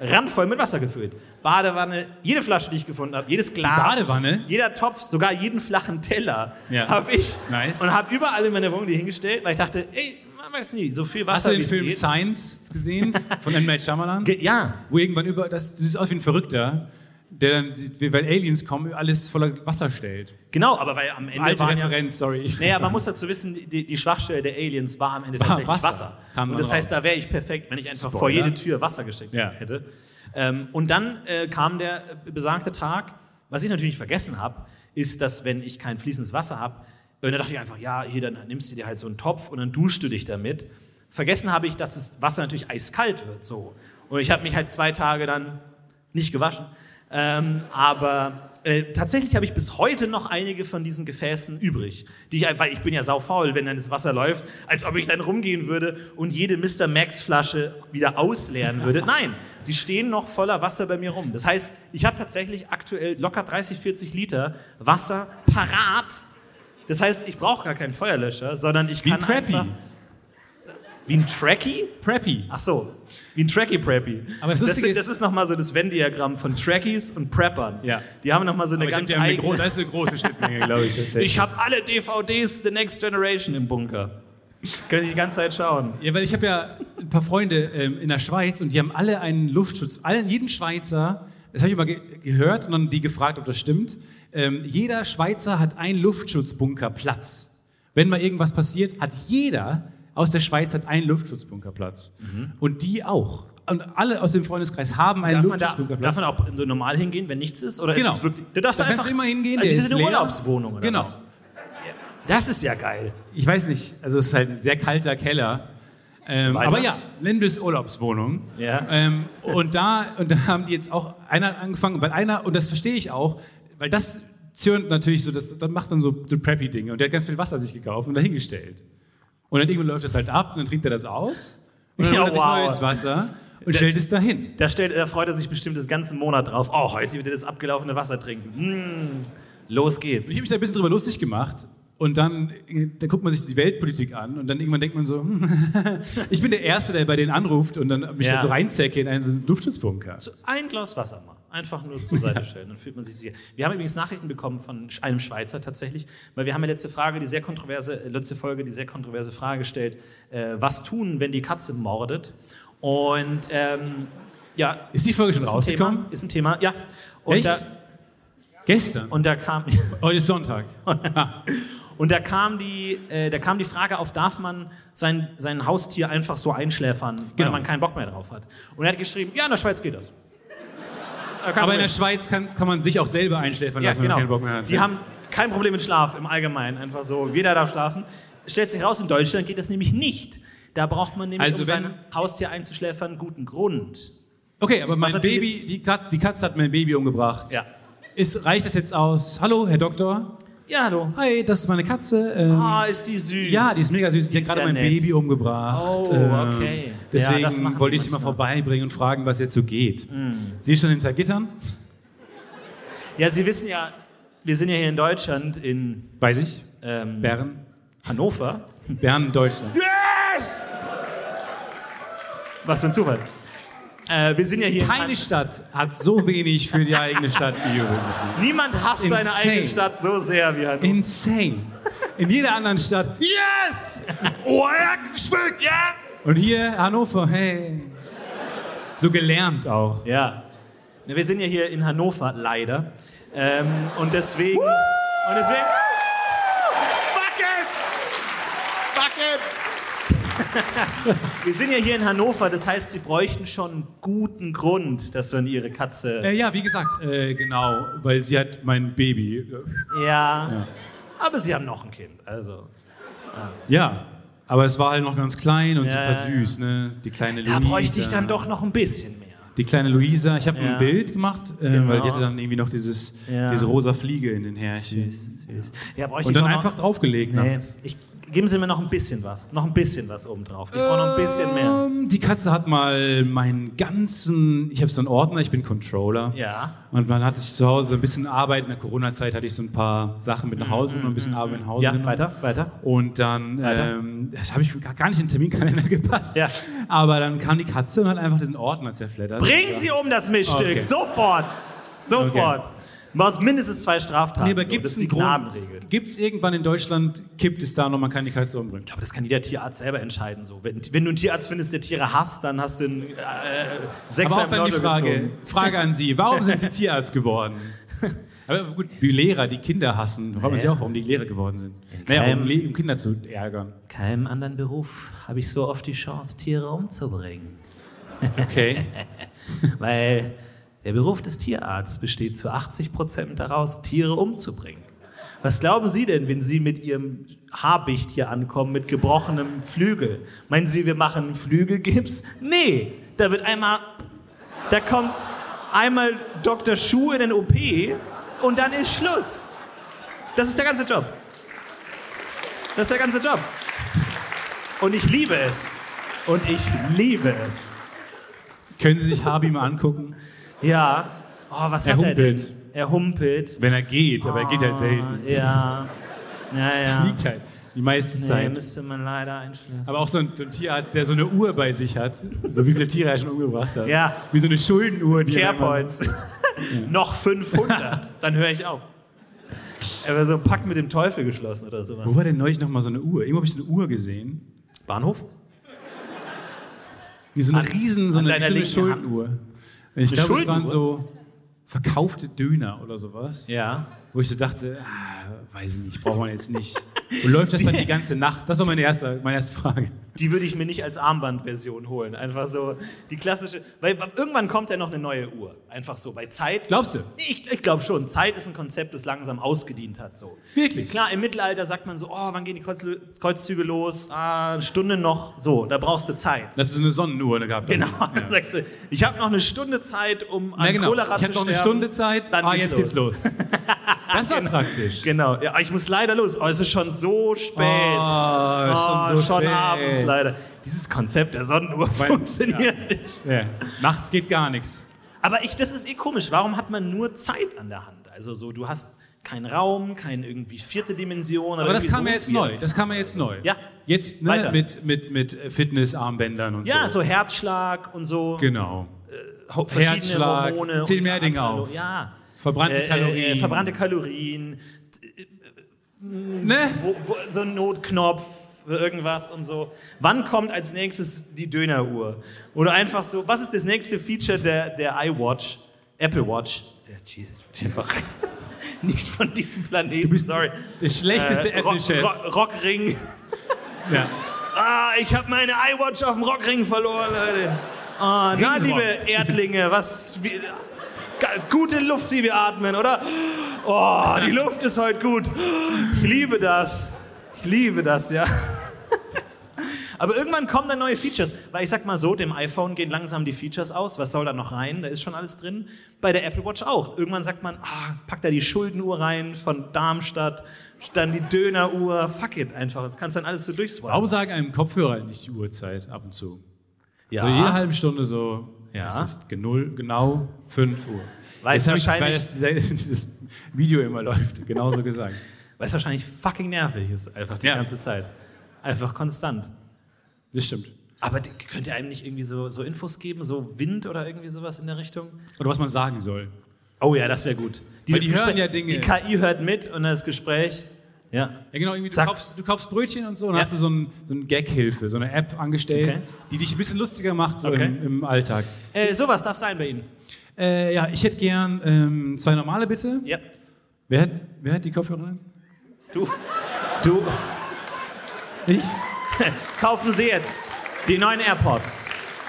randvoll mit Wasser gefüllt. Badewanne, jede Flasche, die ich gefunden habe, jedes Glas.
Badewanne?
Jeder Topf, sogar jeden flachen Teller
Ja.
habe ich.
Nice.
Und habe überall in meiner Wohnung die hingestellt, weil ich dachte, ey, man weiß nie, so viel
Hast
Wasser
du den
wie es
Film
geht.
Science gesehen von M. Night Shyamalan?
Ge- Ja,
Wo irgendwann über, das, du siehst aus wie ein Verrückter, der dann, sieht, wie- weil Aliens kommen, alles voller Wasser stellt.
genau, aber weil am Ende
Alte
waren ja...
Referenz, sorry. Ich
Naja,
weiß
man
nicht.
muss dazu wissen, die, die Schwachstelle der Aliens war am Ende
War
tatsächlich
Wasser.
Wasser.
Kam
Und
dann
das heißt,
raus.
da wäre ich perfekt, wenn ich einfach vor
Spoiler.
jede Tür Wasser gesteckt
Ja.
hätte. Ähm, und dann äh, kam der äh, besagte Tag. Was ich natürlich vergessen habe, ist, dass wenn ich kein fließendes Wasser habe, äh, dann dachte ich einfach, ja, hier, dann nimmst du dir halt so einen Topf und dann duschst du dich damit. Vergessen habe ich, dass das Wasser natürlich eiskalt wird. So. Und ich habe mich halt zwei Tage dann nicht gewaschen. Ähm, aber äh, tatsächlich habe ich bis heute noch einige von diesen Gefäßen übrig, die ich, weil ich bin ja saufaul, wenn dann das Wasser läuft, als ob ich dann rumgehen würde und jede Mr. Max Flasche wieder ausleeren würde. Nein, die stehen noch voller Wasser bei mir rum. Das heißt, ich habe tatsächlich aktuell locker 30, 40 Liter Wasser parat. Das heißt, ich brauche gar keinen Feuerlöscher, sondern ich
Wie ein
kann
Preppy.
einfach wie ein Trekkie.
Preppy.
Ach so, wie ein Trekkie Preppy.
Aber das
das,
Lustige
ist, das
ist-
ist nochmal so das Venn-Diagramm von Trekkies und Preppern.
Ja.
Die haben nochmal so eine
Aber ich hab
ganz
die haben eine große,
eigene.
das ist eine große Schnittmenge, glaube ich, tatsächlich.
Ich habe alle DVDs The Next Generation im Bunker. Könnte ich die ganze Zeit schauen.
Ja, weil ich habe ja ein paar Freunde ähm, in der Schweiz und die haben alle einen Luftschutz. Allen, jedem Schweizer, das habe ich mal ge gehört und dann die gefragt, ob das stimmt. Ähm, jeder Schweizer hat einen Luftschutzbunker Platz. Wenn mal irgendwas passiert, hat jeder aus der Schweiz hat einen Luftschutzbunker Platz. Und die auch. Und alle aus dem Freundeskreis haben einen
Mhm. Darf man, da,
Luftschutzbunker
darf
Platz.
man auch so normal hingehen, wenn nichts ist? Oder
Genau.
ist es wirklich, du darfst
Da kannst
einfach
du immer hingehen,
Also
der
das
ist
ist eine
leer.
Urlaubswohnung oder
Genau.
was? Das ist ja geil.
Ich weiß nicht, also es ist halt ein sehr kalter Keller. Ähm,
Weiter?
aber ja, Lendes Urlaubswohnung.
Ja.
Ähm, und, da, und da haben die jetzt auch einer hat angefangen, weil einer, und das verstehe ich auch, weil das zürnt natürlich so, das, das macht dann so, so Preppy-Dinge. Und der hat ganz viel Wasser sich gekauft und dahingestellt. Und dann irgendwann läuft das halt ab und dann trinkt er das aus. Und dann
Ja,
holt er sich
wow.
neues Wasser und stellt es dahin.
Da, stellt, da freut er sich bestimmt den ganzen Monat drauf. Oh, heute wird er das abgelaufene Wasser trinken. Mm, los
Ich
geht's.
habe mich da ein bisschen drüber lustig gemacht. Und dann, äh, dann guckt man sich die Weltpolitik an und dann irgendwann denkt man so, hm, ich bin der Erste, der bei denen anruft und dann mich
Ja.
dann so reinzecke in einen so einen Luftschutzbunker.
So ein Glas Wasser mal. Einfach nur zur Seite stellen, dann fühlt man sich sicher. Wir haben übrigens Nachrichten bekommen von Sch- einem Schweizer tatsächlich, weil wir haben ja letzte Frage, die sehr kontroverse, äh, letzte Folge, die sehr kontroverse Frage gestellt, äh, was tun, wenn die Katze mordet? Und ähm, ja,
Ist die Folge schon
ist ein, Thema,
rausgekommen?
ist ein Thema, ja. Und
Echt?
da
Gestern.
und da kam
Heute ist Sonntag.
und da kam die äh, da kam die Frage auf, darf man sein sein Haustier einfach so einschläfern, weil
Genau.
man keinen Bock mehr drauf hat? Und er hat geschrieben, ja, in der Schweiz geht das. Da kam
Aber
er
in
mit.
der Schweiz kann, kann man sich auch selber einschläfern lassen, wenn man keinen Bock mehr hat.
genau. Die haben kein Problem mit Schlaf im Allgemeinen, einfach so. Jeder darf schlafen. Stellt sich raus, in Deutschland geht das nämlich nicht. Da braucht man nämlich,
Also
um
wenn-
sein Haustier einzuschläfern, guten Grund.
okay, aber mein
hat die
Baby,
jetzt-
die, Kat, die Katze hat mein Baby umgebracht.
Ja.
Ist, reicht das jetzt aus? Hallo, Herr Doktor.
Ja, hallo.
Hi, das ist meine Katze. Ähm,
Ah, ist die süß.
Ja, die ist mega süß. Die, hat
ist
gerade
ja
mein
nett.
Baby umgebracht.
Oh,
Ähm,
okay. Ja,
Deswegen
das machen die
wollte ich sie mal
manchmal. Mm.
vorbeibringen und fragen, was jetzt so geht. Sie ist schon hinter Gittern?
Ja, Sie wissen ja, wir sind ja hier in Deutschland, in
Weiß ich.
ähm,
Bern.
Hannover.
Bern, Deutschland.
Yes! Was für ein Zufall. Äh, wir sind ja hier in
Keine Stadt hat so wenig für die eigene Stadt gejubelt müssen.
Niemand hasst seine
Insane.
eigene Stadt so sehr wie Hannover.
Insane. In jeder anderen Stadt. Yes! Oh, Erkenschwick, ja! Und hier Hannover, hey. So gelernt auch.
Ja. Na, Wir sind ja hier in Hannover, leider. Ähm, und deswegen. Und deswegen. Wir sind ja hier in Hannover, das heißt, sie bräuchten schon einen guten Grund, dass man ihre Katze.
Äh, ja, wie gesagt, äh, genau, weil sie hat mein Baby. äh,
Ja. Aber sie haben noch ein Kind, also.
Ja, aber es war halt noch ganz klein und
Ja,
super
ja, ja.
süß, ne? Die kleine
Da
Luisa.
bräuchte ich dann doch noch ein bisschen mehr.
Die kleine Luisa, ich habe
Ja.
ein Bild gemacht, äh,
Genau.
weil die hatte dann irgendwie noch dieses,
Ja.
diese rosa Fliege in den Härchen.
Süß, süß. Ja, bräuchte
Und dann
ich doch
einfach
noch,
draufgelegt
Nee,
nachts.
ich, geben Sie mir noch ein bisschen was. Noch ein bisschen was obendrauf. Ich brauche noch ein bisschen mehr.
Ähm, die Katze hat mal meinen ganzen, ich habe so einen Ordner, ich bin Controller.
Ja.
Und man hatte ich zu Hause ein bisschen Arbeit. In der Corona-Zeit hatte ich so ein paar Sachen mit nach Hause und ein bisschen Arbeit nach Hause
Mhm, Ja,
genommen.
weiter, weiter.
Und dann,
Weiter.
ähm, das habe ich gar gar nicht in den Terminkalender gepasst.
Ja.
Aber dann kam die Katze und hat einfach diesen Ordner zerflettert.
Bring sie um das Missstück,
Okay.
sofort. Sofort. Du brauchst mindestens zwei Straftaten.
Nee, aber
So,
gibt
das
es
ist die
einen
Gnadenregel.
Grund? Gibt es irgendwann in Deutschland, kippt es da und man kann die Katze umbringen?
Aber das kann jeder Tierarzt selber entscheiden. So. Wenn, wenn du einen Tierarzt findest, der Tiere hasst, dann hast du einen äh,
Aber
Sechser
auch
im
dann die
Lotto
Frage,
gezogen.
Frage an Sie, warum sind Sie Tierarzt geworden? Aber gut, wie Lehrer, die Kinder hassen, fragt man sich
Naja.
auch, warum die Lehrer geworden sind. Naja, um,
keinem-
Le- um Kinder zu ärgern.
Keinem anderen Beruf habe ich so oft die Chance, Tiere umzubringen.
Okay.
Weil der Beruf des Tierarztes besteht zu 80 Prozent daraus, Tiere umzubringen. Was glauben Sie denn, wenn Sie mit Ihrem Habicht hier ankommen, mit gebrochenem Flügel? Meinen Sie, wir machen einen Flügelgips? Nee, da wird einmal, da kommt einmal Dr. Schuh in den OP und dann ist Schluss. Das ist der ganze Job. Das ist der ganze Job. Und ich liebe es. Und ich liebe es.
Können Sie sich Habi mal angucken?
Ja. Oh, was
Er
hat er
humpelt.
denn? Er humpelt.
Wenn er geht, aber er geht halt
Ah,
selten.
Ja. Ja, ja.
Fliegt halt die meiste
Nee,
Zeit.
müsste man leider einschlafen.
Aber auch so ein, so ein Tierarzt, der so eine Uhr bei sich hat, so wie viele Tiere er schon umgebracht hat.
Ja.
Wie so eine Schuldenuhr. die er immer-
Carepoints. Noch 500. Dann höre ich auf. Er war so ein Pakt mit dem Teufel geschlossen oder sowas.
Wo war denn neulich nochmal so eine Uhr? Irgendwo habe ich so eine Uhr gesehen.
Bahnhof?
Die so eine
An-
riesen, so
an
eine,
deiner
riesen
linken Hand.
Schuldenuhr. Ich
Eine
glaube, es waren
Schuldenuhr?
so verkaufte Döner oder sowas,
Ja.
wo ich so dachte, ah, weiß ich nicht, braucht man jetzt nicht. Und läuft das dann die ganze Nacht? Das war meine erste, meine erste Frage.
Die würde ich mir nicht als Armbandversion holen. Einfach so die klassische. Weil irgendwann kommt ja noch eine neue Uhr. Einfach so. Bei Zeit.
Glaubst du?
Ich, ich glaube schon. Zeit ist ein Konzept, das langsam ausgedient hat. So.
Wirklich?
Klar, im Mittelalter sagt man so, oh, wann gehen die Kreuz, Kreuzzüge los? Ah, eine Stunde noch. So, da brauchst du Zeit.
Das ist so eine Sonnenuhr, da gab
Genau, dann sagst du, ich habe noch eine Stunde Zeit, um an
Ja, genau. Ich
Cholera zu
habe noch
sterben.
eine Stunde Zeit.
dann
ah,
geht's
jetzt geht's los. Das war praktisch.
Genau, ja, ich muss leider los. Oh, es ist schon so spät.
Oh,
Oh,
schon so spät.
abends leider. Dieses Konzept der Sonnenuhr
Weil-
funktioniert nicht.
Ja. Nachts geht gar nichts.
Aber ich, das ist eh komisch. Warum hat man nur Zeit an der Hand? Also so, du hast keinen Raum, keine irgendwie vierte Dimension. oder
Aber das
irgendwie
kam
so
ja jetzt
viel.
neu. Das kam ja jetzt neu.
Ja.
Jetzt
Weiter.
ne, mit, mit, mit Fitnessarmbändern und
Ja,
so.
so Herzschlag und so.
Genau.
Ho- verschiedene
Herzschlag,
Hormone.
zähl
und
mehr Dinge
Adrenalin-
auf.
Ja.
Verbrannte
Äh, äh,
Kalorien.
Äh, verbrannte Kalorien,
Ne?
wo, wo, so ein Notknopf, irgendwas und so. Wann kommt als nächstes die Döneruhr? Oder einfach so, was ist das nächste Feature der, der iWatch, Apple Watch? Der Jesus. Einfach nicht von diesem Planeten,
Du bist
sorry.
der schlechteste
Äh,
Apple-Chef.
Rock, Rock, Rockring.
Ja.
Ah, ich habe meine iWatch auf dem Rockring verloren, Leute. Ah, na,
Ringrock.
liebe Erdlinge, was. Wie, ga- gute Luft, die wir atmen, oder? Oh, die Luft ist heute gut. Ich liebe das. Ich liebe das, ja. Aber irgendwann kommen dann neue Features. Weil ich sag mal so, dem iPhone gehen langsam die Features aus. Was soll da noch rein? Da ist schon alles drin. Bei der Apple Watch auch. Irgendwann sagt man, ah, pack da die Schuldenuhr rein von Darmstadt, dann die Döneruhr. Fuck it einfach. Das kannst dann alles so durchswipen.
Warum sagen einem Kopfhörer nicht die Uhrzeit ab und zu?
Ja.
So halt- jede halbe Stunde so,
Ja.
es ist genull, genau 5 Uhr.
Weiß
Das hab ich-
wahrscheinlich-
Weil das, dieser- dieses Video immer läuft, genauso gesagt.
Weil es wahrscheinlich fucking nervig ist, einfach die
Ja.
ganze Zeit. Einfach konstant.
Das stimmt.
Aber die, könnt ihr einem nicht irgendwie so, so Infos geben, so Wind oder irgendwie sowas in der Richtung?
Oder was man sagen soll.
Oh ja, das wäre gut.
Weil
Dieses
die hören
Gespräch-
ja Dinge.
Die KI hört mit und das Gespräch Ja.
Ja, genau, irgendwie du
Zack.
kaufst, du kaufst Brötchen und so und
Ja.
hast du so, ein, so eine Gag-Hilfe, so eine App angestellt,
Okay.
die dich ein bisschen lustiger macht so
Okay.
im, im Alltag.
Äh, sowas darf sein bei Ihnen.
Äh, ja, ich hätte gern ähm, zwei normale bitte.
Ja.
Wer, hat, wer hat die Kopfhörerin?
Du, du,
Ich?
kaufen Sie jetzt die neuen AirPods.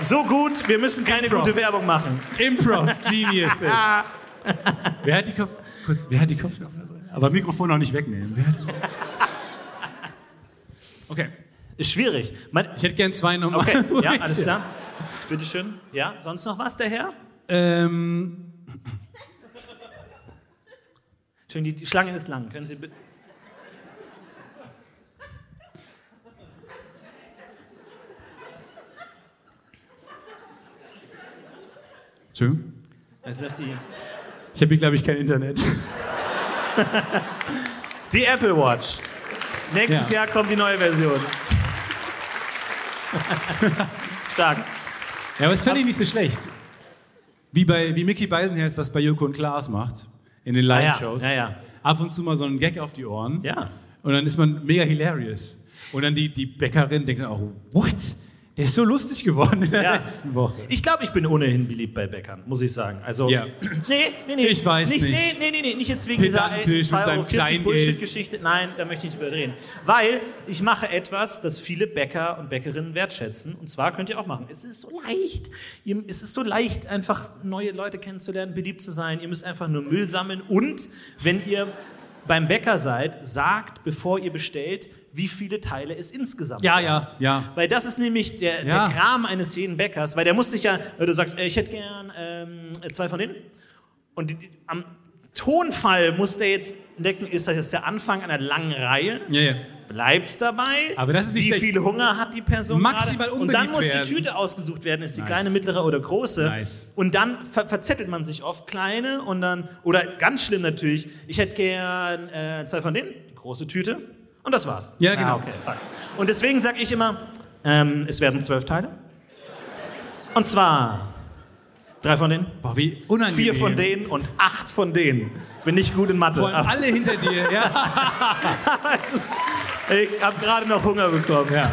So gut, wir müssen keine
Improv.
gute Werbung machen.
Improv Geniuses. wer hat die Kopf kurz, wer hat die Kopfhörerin? Aber Mikrofon noch nicht wegnehmen. Wer hat okay,
Ist schwierig. Man,
ich hätte gern zwei normale.
okay, ja,
Brötchen.
alles klar. Bitteschön. Ja, sonst noch was, der Herr?
Ähm,
Schön, die, die Schlange ist lang. Können Sie bitte.
Entschuldigung.
Also noch die,
Ich habe hier, glaube ich, kein Internet.
die Apple Watch. Nächstes
Ja.
Jahr kommt die neue Version. Stark.
Ja, aber das fände ich nicht so schlecht. Wie, bei, wie Mickey Beisenherz das bei Joko und Klaas macht, in den Live-Shows.
Ah ja, ja, ja.
Ab und zu mal so einen Gag auf die Ohren.
Ja.
Und dann ist man mega hilarious. Und dann die, die Bäckerin denkt dann auch, what? Der ist so lustig geworden in der
Ja.
letzten Woche.
Ich glaube, ich bin ohnehin beliebt bei Bäckern, muss ich sagen. Also,
Ja.
nee, nee, nee.
Ich weiß
Nee,
nicht.
nee, nee, nee, nicht jetzt wegen dieser
Pedantisch mit seinem
2,40
Kleingeld.
Euro Bullshit-Geschichte. Nein, da möchte ich nicht überdrehen. Weil ich mache etwas, das viele Bäcker und Bäckerinnen wertschätzen. Und zwar könnt ihr auch machen. Es ist so leicht. Ihr- Es ist so leicht, einfach neue Leute kennenzulernen, beliebt zu sein. Ihr müsst einfach nur Müll sammeln. Und wenn ihr beim Bäcker seid, sagt, bevor ihr bestellt, wie viele Teile es insgesamt
Ja, ja, ja.
weil das ist nämlich der,
Ja.
der Kram eines jeden Bäckers, weil der muss sich ja, weil du sagst, äh, ich hätte gern ähm, zwei von denen. Und die, die, am Tonfall muss der jetzt entdecken, ist das jetzt der Anfang einer langen Reihe?
ja, ja.
Bleibt's dabei?
Aber das ist nicht
Wie
der-
viel Hunger hat die Person
Maximal
gerade? Und dann muss
unbeliebt
die
werden.
Tüte ausgesucht werden, ist die
Nice.
kleine, mittlere oder große.
Nice.
Und dann ver verzettelt man sich oft kleine und dann, oder ganz schlimm natürlich, ich hätte gern äh, zwei von denen, die große Tüte und das war's. Ah,
Ja, genau.
okay, fuck. Und deswegen sage ich immer, ähm, es werden zwölf Teile. Und zwar drei von denen,
Boah, wie unangenehm.
vier von denen und acht von denen. Bin nicht gut in Mathe.
Vor allem
aber-
alle hinter dir. Ja.
es ist, ich habe gerade noch Hunger bekommen.
ja.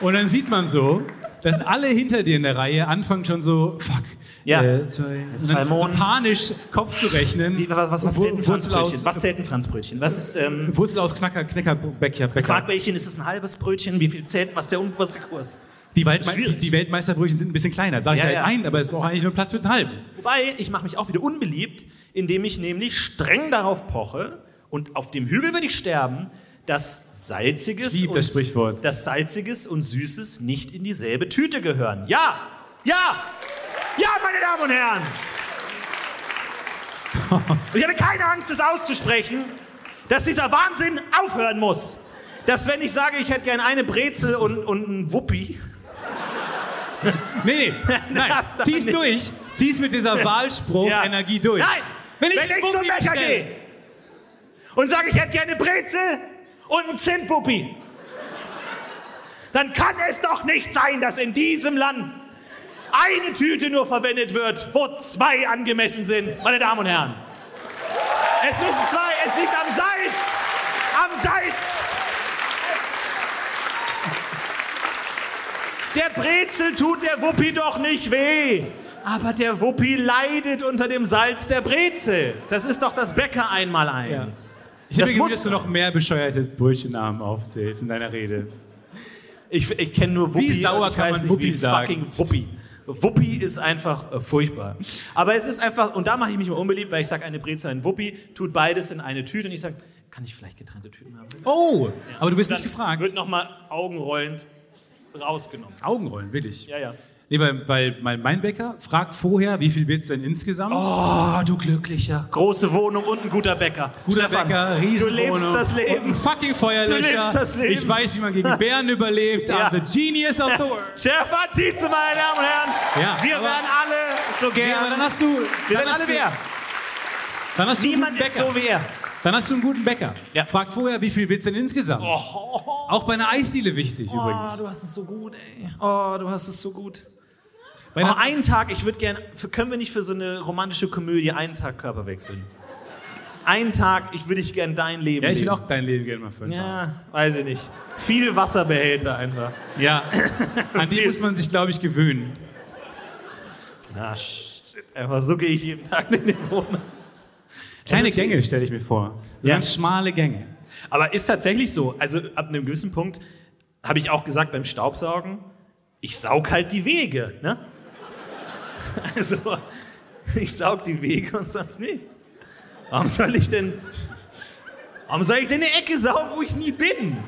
Und dann sieht man so, dass alle hinter dir in der Reihe anfangen schon so, fuck.
Ja.
Äh, zwei, und
zwei
dann so
Mohn.
panisch Kopf zu rechnen.
Wie, was, was, was,
Wur-
zählt ein
Wurzel
Franzbrötchen?
aus,
was zählt ein Franzbrötchen? Was ist ähm,
Wurzel aus Knacker, Kneckerbäcker. Bäcker.
Quarkbällchen? Ist es ein halbes Brötchen? Wie viel zählt? Was ist der oberste Kurs?
Die, Weltme
Schwierig.
die Weltmeisterbrötchen sind ein bisschen kleiner, sage ich
Ja,
ja, jetzt
ja.
ein, aber es ist auch eigentlich nur Platz für den halben.
Wobei, ich mache mich auch wieder unbeliebt, indem ich nämlich streng darauf poche und auf dem Hügel würde ich sterben, dass salziges,
Ich lieb
und,
das Sprichwort.
dass salziges und süßes nicht in dieselbe Tüte gehören. Ja! Ja! Ja, meine Damen und Herren! Und ich habe keine Angst, es auszusprechen, dass dieser Wahnsinn aufhören muss. Dass, wenn ich sage, ich hätte gern eine Brezel und, und einen Wuppi,
Nee, nee. nein,
Das darf
zieh's
nicht.
durch, zieh's mit dieser
Ja.
Wahlspruch-Energie durch.
Nein!
Wenn ich,
zum
Wuppi
Bäcker
bestelle-
gehe und sage, ich hätte gerne Brezel und einen Zimtpuppi, dann kann es doch nicht sein, dass in diesem Land eine Tüte nur verwendet wird, wo zwei angemessen sind, meine Damen und Herren. Es müssen zwei, es liegt am Salz! Am Salz! Der Brezel tut der Wuppi doch nicht weh. Aber der Wuppi leidet unter dem Salz der Brezel. Das ist doch das Bäcker einmal eins.
Ich habe
Das
mir gewünscht,
muss-
dass du noch mehr bescheuerte Brötchennamen aufzählst in deiner Rede.
Ich, ich kenne nur Wuppi.
Wie sauer
und ich
kann
weiß
man
nicht,
Wuppi
wie
sagen?
Fucking Wuppi. Wuppi ist einfach äh, furchtbar. Aber es ist einfach, und da mache ich mich mal unbeliebt, weil ich sage, eine Brezel, ein Wuppi, tut beides in eine Tüte. Und ich sage, kann ich vielleicht getrennte Tüten haben?
Oh, aber du wirst
Dann
nicht gefragt.
Wird nochmal augenrollend rausgenommen.
Augenrollen, wirklich.
Ja, ja.
Nee, weil, weil mein, mein Bäcker fragt vorher, wie viel wird es denn insgesamt?
Oh, du Glücklicher. Große Wohnung und ein guter Bäcker.
Guter
Stefan,
Bäcker,
Du
Riesenwohnung.
lebst das
und ein
Leben.
fucking Feuerlöscher.
Du lebst das Leben.
Ich weiß, wie man gegen Bären überlebt.
Ja.
I'm the genius of the world.
Stefan Tietze, meine Damen und Herren.
Ja,
wir
aber-
wären alle so
Nee, aber
gern.
dann hast du...
wir
dann
wären
hast
alle
du-
wer.
Dann hast du einen
Niemand
guten
ist
Bäcker.
so wie er.
Dann hast du einen guten Bäcker.
Ja.
Fragt vorher, wie viel wird es denn insgesamt?
Oh,
Auch bei einer Eisdiele wichtig übrigens.
Ah, du hast es so gut, ey. Oh, du hast es so gut.
Bei
Oh,
einer,
einen Tag, ich würde gerne, können wir nicht für so eine romantische Komödie einen Tag Körper wechseln? einen Tag, ich würde ich gern dein Leben
Ja, ich will
leben.
auch dein Leben gerne mal füllen.
ja, weiß ich nicht. Viel Wasserbehälter einfach.
Ja, an die muss man sich, glaube ich, gewöhnen.
Na, Ah, shit. Einfach so gehe ich jeden Tag in den Wohnung.
Kleine
Das ist-
Gänge stelle ich mir vor. So
Ja.
Ganz schmale Gänge.
Aber ist tatsächlich so. Also ab einem gewissen Punkt habe ich auch gesagt beim Staubsaugen, ich saug halt die Wege. Ne? Also ich saug die Wege und sonst nichts. Warum soll ich denn, warum soll ich denn eine Ecke saugen, wo ich nie bin?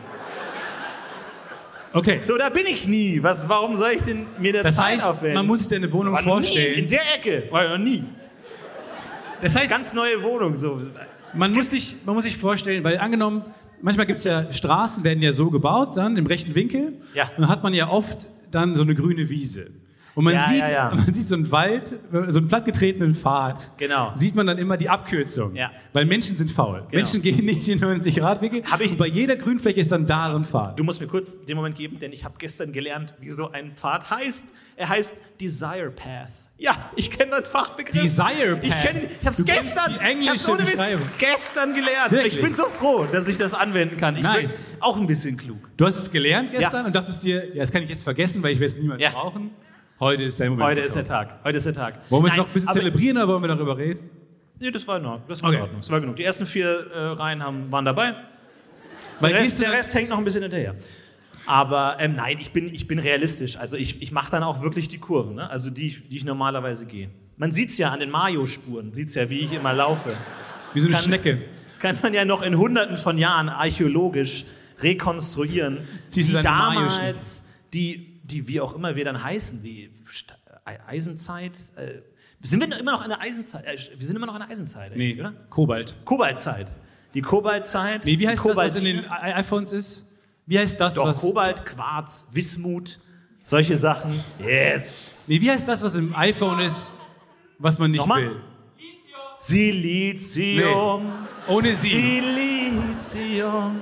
Okay,
So, da bin ich nie. Was, warum soll ich denn mir da
das
Zeit
heißt,
aufwenden?
man muss sich deine Wohnung
War noch nie In
vorstellen.
der Ecke. War ich noch nie.
Das heißt,
Ganz neue Wohnung. So.
Man muss, sich, man muss sich vorstellen, weil angenommen, manchmal gibt es ja Straßen, werden ja so gebaut, dann im rechten Winkel.
Ja.
Und dann hat man ja oft dann so eine grüne Wiese. Und man,
Ja,
sieht,
ja, ja.
man sieht so einen Wald, so einen plattgetretenen Pfad.
Genau.
Sieht man dann immer die Abkürzung.
Ja. Genau.
Weil Menschen sind faul. Menschen gehen nicht in 90 Grad Winkel.
Hab ich-
Und bei jeder Grünfläche ist dann da so ein Pfad.
Du musst mir kurz den Moment geben, denn ich habe gestern gelernt, wie so ein Pfad heißt. Er heißt Desire Path. Ja, ich kenne den Fachbegriff.
Desire Path.
Ich, kenne ihn. ich habe
Du
es
kennst
gestern,
die englische
ich hab's ohne Witz,
Beschreibung.
gestern gelernt.
Wirklich?
Ich bin so froh, dass ich das anwenden kann. Ich
Nice.
bin auch ein bisschen klug.
Du hast es gelernt gestern
Ja.
und dachtest dir, ja, das kann ich jetzt vergessen, weil ich werde es niemals
Ja.
brauchen. Heute ist der Moment.
Heute ist der Tag. Heute ist der Tag.
Wollen wir es
Nein,
noch ein bisschen
aber-
zelebrieren oder wollen wir darüber reden?
Nee, das war in Ordnung. Das war
Okay.
in Ordnung. Das war genug. Die ersten vier äh, Reihen haben, waren dabei.
Weil
Der
gehst
Rest,
du
der Rest hängt noch ein bisschen hinterher. Aber ähm, nein, ich bin, ich bin realistisch. Also ich, ich mache dann auch wirklich die Kurven, ne? also die, ich- die ich normalerweise gehe. Man sieht es ja an den Mario-Spuren, sieht es ja, wie ich immer laufe.
wie so eine
Kann-
Schnecke.
Kann man ja noch in hunderten von Jahren archäologisch rekonstruieren,
Ziehst du
wie
deine
damals, die, die wie auch immer wir dann heißen, die Sta- Eisenzeit. Äh, sind wir noch immer noch in der Eisenzeit? Äh, wir sind immer noch in der Eisenzeit,
Nee,
eigentlich, oder?
Kobalt.
Kobaltzeit. Die Kobaltzeit.
Nee, wie heißt
die
das, was in
Kobaltine.
den I- iPhones ist? Wie heißt das,
Doch,
was.
Kobalt, Quarz, Wismut, solche Sachen. Yes!
Nee, wie heißt das, was im iPhone ist, was man nicht
Nochmal?
will?
Silizium,
Ohne sie.
Silizium.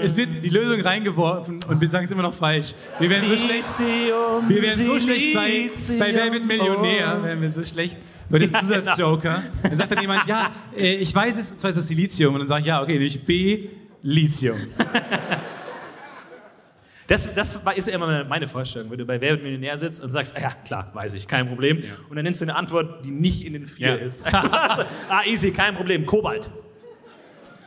Es wird die Lösung reingeworfen und wir sagen es immer noch falsch. Wir werden so Also schlecht,
Silizium, Oh.
wir werden so schlecht bei, bei Wer wird Millionär, werden wir so schlecht. Bei dem
Ja, genau.
Zusatzjoker. Dann sagt dann jemand, ja, äh, ich weiß es, und zwar ist das Silizium. Und dann sage ich, ja, okay, nämlich B, Lithium.
Das, das war- ist ja immer meine- meine Vorstellung, wenn du bei Wer wird Millionär sitzt und sagst, ah ja, klar, weiß ich, kein Problem. Und dann nennst du eine Antwort, die nicht in den vier
Ja.
ist. ah, easy, kein Problem, Kobalt.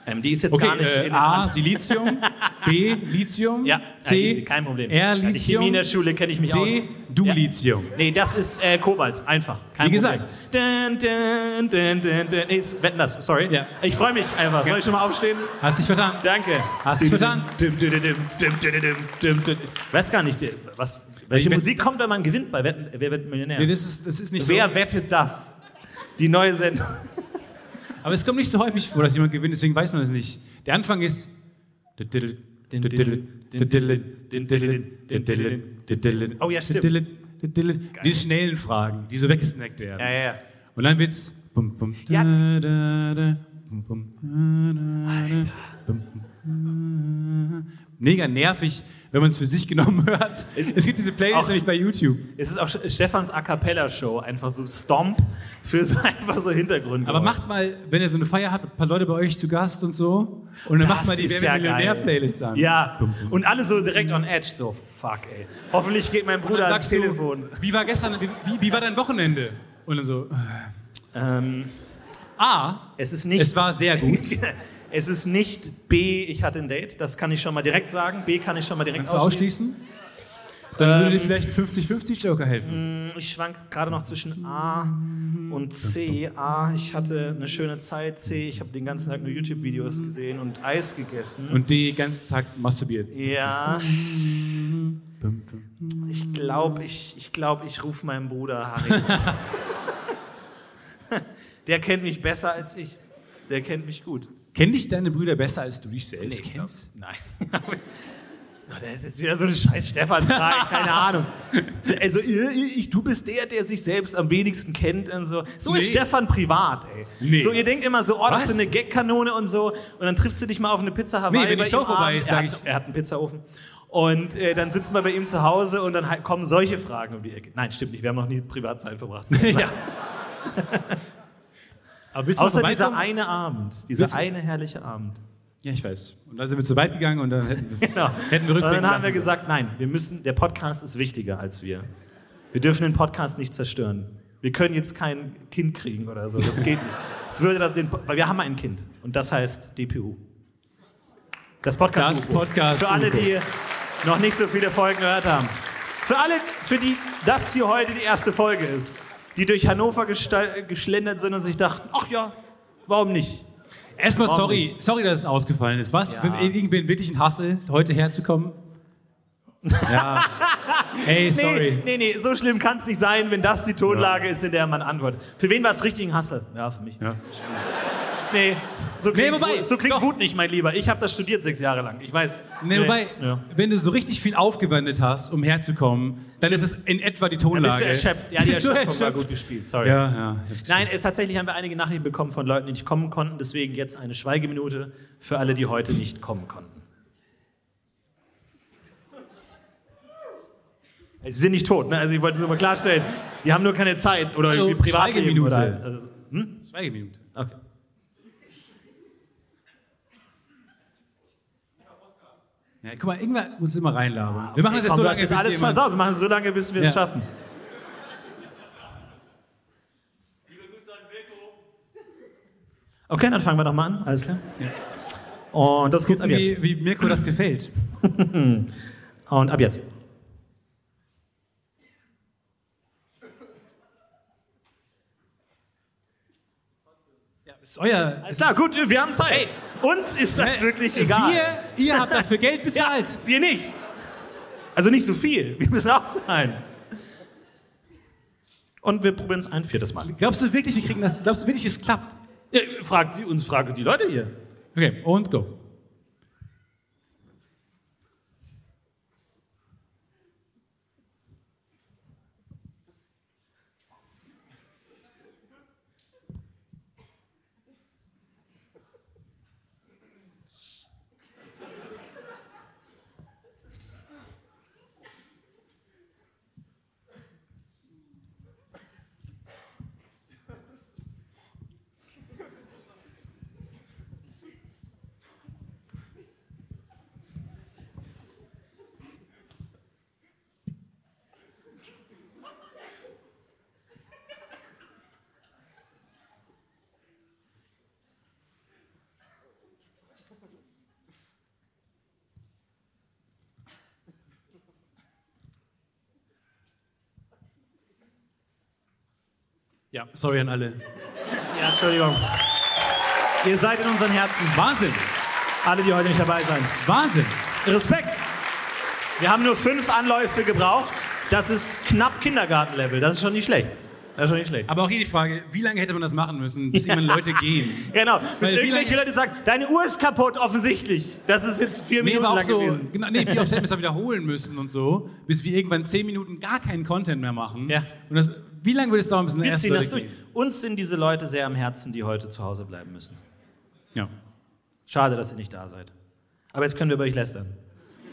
Ähm, die ist jetzt
Okay,
gar nicht in
äh,
den
A, Silizium, B, Lithium,
Ja,
C,
ja, easy, kein Problem.
R,
Ja, die Chemie in
Lithium,
der Schule kenne ich mich aus.
D, Du,
Ja.
Lithium.
Nee, das ist äh, Kobalt, einfach. Kein
Wie
Problem.
gesagt.
Dun, dun, dun, dun, dun. Nee, ist- wetten das, sorry.
Ja.
Ich freue mich einfach. Soll ich schon mal aufstehen?
Hast dich vertan.
Danke.
Hast dich vertan.
Dum, dum, dum, dum, dum, dum, dum, dum. Weiß gar nicht, was, welche
Ich wette-
Musik kommt, wenn man gewinnt bei Wetten, äh, Wer wird Millionär?
Nee, das ist, das ist nicht
Wer
so.
wettet das? Die neue Sendung.
Aber es kommt nicht so häufig vor, dass jemand gewinnt, deswegen weiß man es nicht. Der Anfang ist. Oh
Oh ja, stimmt.
Diese schnellen Fragen, die so weggesnackt werden.
ja.
Und dann wird's. Bum, bum, da,
Ja.
da, da, bum, bum, da, da, da, bum, bum, da. Mega nervig, wenn man es für sich genommen hört. Es gibt diese Playlist
Auch-
nämlich bei YouTube.
Es ist auch Stefans A Cappella Show, einfach so Stomp für so einfach so Hintergrund.
Aber macht mal, wenn ihr so eine Feier habt, ein paar Leute bei euch zu Gast und so. Und dann
Das
macht mal die
ist
Wer
ja
wird Millionär-Playlist an.
Ja, und alle so direkt on edge, so fuck ey. Hoffentlich geht mein
Und
Bruder
dann
ans
sagst
Telefon.
du, wie war gestern, wie, wie, wie war dein Wochenende? Und dann so,
Ähm,
A,
es ist nicht,
es war sehr gut.
es ist nicht B, ich hatte ein Date, das kann ich schon mal direkt sagen. B kann ich schon mal direkt
Kannst du ausschließen? Dann würde dir vielleicht ein 50-50 Joker helfen.
Ich schwank gerade noch zwischen A und C. A, ich hatte eine schöne Zeit. C, ich habe den ganzen Tag nur YouTube-Videos gesehen und Eis gegessen.
Und D, ganz Tag masturbiert.
ja, ich glaube, ich, ich, glaub, ich rufe meinen Bruder Harry. an. Der kennt mich besser als ich. Der kennt mich gut.
Kennen dich deine Brüder besser, als du dich selbst
Nee,
kennst?
Nein. Ach, Das ist jetzt wieder so eine scheiß Stefan-Frage, keine Ahnung. Also, ich, ich- du bist der, der sich selbst am wenigsten kennt und so. So ist
Nee.
Stefan privat, ey.
Nee.
So, ihr denkt immer so, oh, das
Was?
ist eine Gagkanone und so. Und dann triffst du dich mal auf eine Pizza Hawaii.
Nee, wenn
bei
die
ihm
Show vorbei
abends.
ist,
er,
sag
hat, er hat einen Pizzaofen. Und äh, dann sitzt man bei ihm zu Hause und dann halt kommen solche Fragen um die Ecke. Nein, stimmt nicht, wir haben noch nie Privatzeit verbracht.
ja. Aber willst du mal
Außer dieser
vorbeikommen?
eine Abend, dieser
Willst du-
eine herrliche Abend.
Ja, ich weiß. Und dann sind wir zu weit gegangen und dann hätten, wir's-
Genau.
hätten wir
Und
rückblicken
dann haben wir
lassen.
gesagt, nein, wir müssen, der Podcast ist wichtiger als wir. Wir dürfen den Podcast nicht zerstören. Wir können jetzt kein Kind kriegen oder so. Das geht nicht. Das würde das den, weil wir haben ein Kind und das heißt DPU. Das Podcast.
Das Podcast
Für alle,
UFO.
die noch nicht so viele Folgen gehört haben. Für alle, für die das hier heute die erste Folge ist, die durch Hannover gesta- geschlendert sind und sich dachten, ach ja, warum nicht?
Erstmal
Warum
sorry,
nicht?
sorry, dass es ausgefallen ist. Was?
Ja.
Für irgendwen wirklich ein Hassel, heute herzukommen? Ja. Hey, sorry.
Nee, nee, nee, so schlimm kann es nicht sein, wenn das die Tonlage ist, in der man antwortet. Für wen war es richtig ein Hassel? Ja, für mich.
Ja.
Nee, so klingt,
wobei,
Wut, so klingt
doch.
Wut nicht, mein Lieber. Ich habe das studiert sechs Jahre lang. Ich weiß.
Nee, wobei,
Ja.
wenn du so richtig viel aufgewendet hast, um herzukommen, dann ist es in etwa die Tonlage.
Dann bist du erschöpft. Ja, die
Bist du
Erschöpfung war
erschöpft?
gut gespielt. Sorry.
Ja, ja. ich hab's
Nein, äh, tatsächlich haben wir einige Nachrichten bekommen von Leuten, die nicht kommen konnten. Deswegen jetzt eine Schweigeminute für alle, die heute nicht kommen konnten. Sie sind nicht tot, ne? Also ich wollte es nur mal klarstellen. Die haben nur keine Zeit oder
Also,
irgendwie Privatleben.
Schweigeminute.
Oder, also, hm?
Schweigeminute.
Okay.
Ja, guck mal, irgendwann muss immer reinlabern. Wir machen
Ah, Okay,
das jetzt so
komm, du
lange,
hast jetzt
bis
alles
jemand-
versaut. Wir machen es so lange, bis wir es
Ja.
schaffen. Okay, dann fangen wir doch mal an. Alles klar. Und das geht's ab jetzt.
wie, wie Mirko das gefällt.
Und ab jetzt.
Ist euer.
Alles klar, gut, wir haben Zeit. Hey, uns ist das wirklich egal.
Wir, ihr habt dafür Geld bezahlt.
Ja, wir nicht. Also nicht so viel. Wir müssen auch zahlen. Und wir probieren es ein viertes Mal.
Glaubst du wirklich, wir kriegen das? Glaubst du wirklich, es klappt?
Äh, Fragt die, uns fragen die Leute hier.
Okay, und go. Ja, sorry an alle.
Ja, Entschuldigung. Ihr seid in unseren Herzen.
Wahnsinn,
Alle, die heute nicht dabei sind.
Wahnsinn.
Respekt. Wir haben nur fünf Anläufe gebraucht. Das ist knapp Kindergartenlevel. Das ist schon nicht schlecht. Das ist schon nicht schlecht.
Aber auch hier die Frage, wie lange hätte man das machen müssen, bis irgendwann Leute gehen?
Genau, bis
Weil wie
irgendwelche
lange-
Leute sagen, deine Uhr ist kaputt, offensichtlich. Das ist jetzt vier
Nee,
Minuten
aber auch
lang
so,
gewesen.
genau, nee, wie oft hätten wir es dann wiederholen müssen und so, bis wir irgendwann zehn Minuten gar keinen Content mehr machen.
Ja.
Und das, wie lange würde es dauern, bis
Wir ziehen das durch.
Gehen?
Uns sind diese Leute sehr am Herzen, die heute zu Hause bleiben müssen.
Ja.
Schade, dass ihr nicht da seid. Aber jetzt können wir über euch lästern.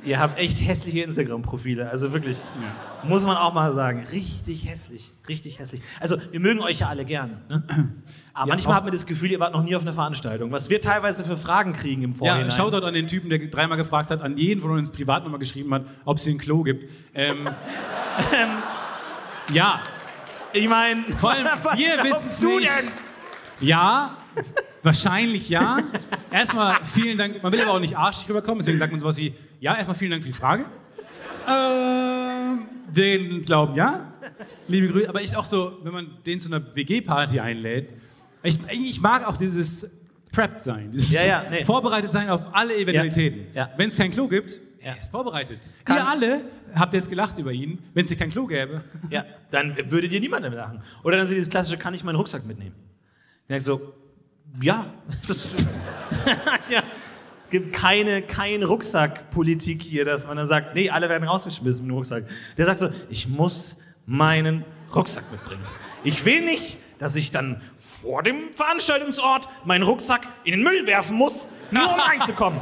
Ihr habt echt hässliche Instagram-Profile, also wirklich.
Ja.
Muss man auch mal sagen, richtig hässlich, richtig hässlich. Also, wir mögen euch ja alle gern. Ne? Aber manchmal
auch-
hat man das Gefühl, ihr wart noch nie auf einer Veranstaltung. Was wir teilweise für Fragen kriegen im Vorhinein.
Ja, Shoutout an den Typen, der dreimal gefragt hat, an jeden von uns privat nochmal geschrieben hat, ob es hier ein Klo gibt. Ähm, ja,
ich meine,
Vor allem, wir wissen's
du
nicht.
denn?
ja, wahrscheinlich ja. Erstmal vielen Dank, man will aber auch nicht arschig rüberkommen, deswegen sagt man sowas wie, ja, erstmal vielen Dank für die Frage. Ähm, den glauben ja. Liebe Grüße, aber ich auch so, wenn man den zu einer WG-Party einlädt, ich, ich mag auch dieses prepped sein, dieses
Ja, ja, nee.
vorbereitet sein auf alle Eventualitäten.
Ja, ja.
Wenn es kein Klo gibt,
Ja.
er ist vorbereitet.
Kann-
Ihr alle habt jetzt gelacht über ihn, wenn es hier kein Klo gäbe.
Ja, dann würde dir niemand damit lachen. Oder dann so dieses klassische, kann ich meinen Rucksack mitnehmen? Dann denkst du so, ja. Das ist, ja. Es gibt keine, keine Rucksackpolitik hier, dass man dann sagt, nee, alle werden rausgeschmissen mit dem Rucksack. Der sagt so, ich muss meinen Rucksack mitbringen. Ich will nicht, dass ich dann vor dem Veranstaltungsort meinen Rucksack in den Müll werfen muss, nur um reinzukommen.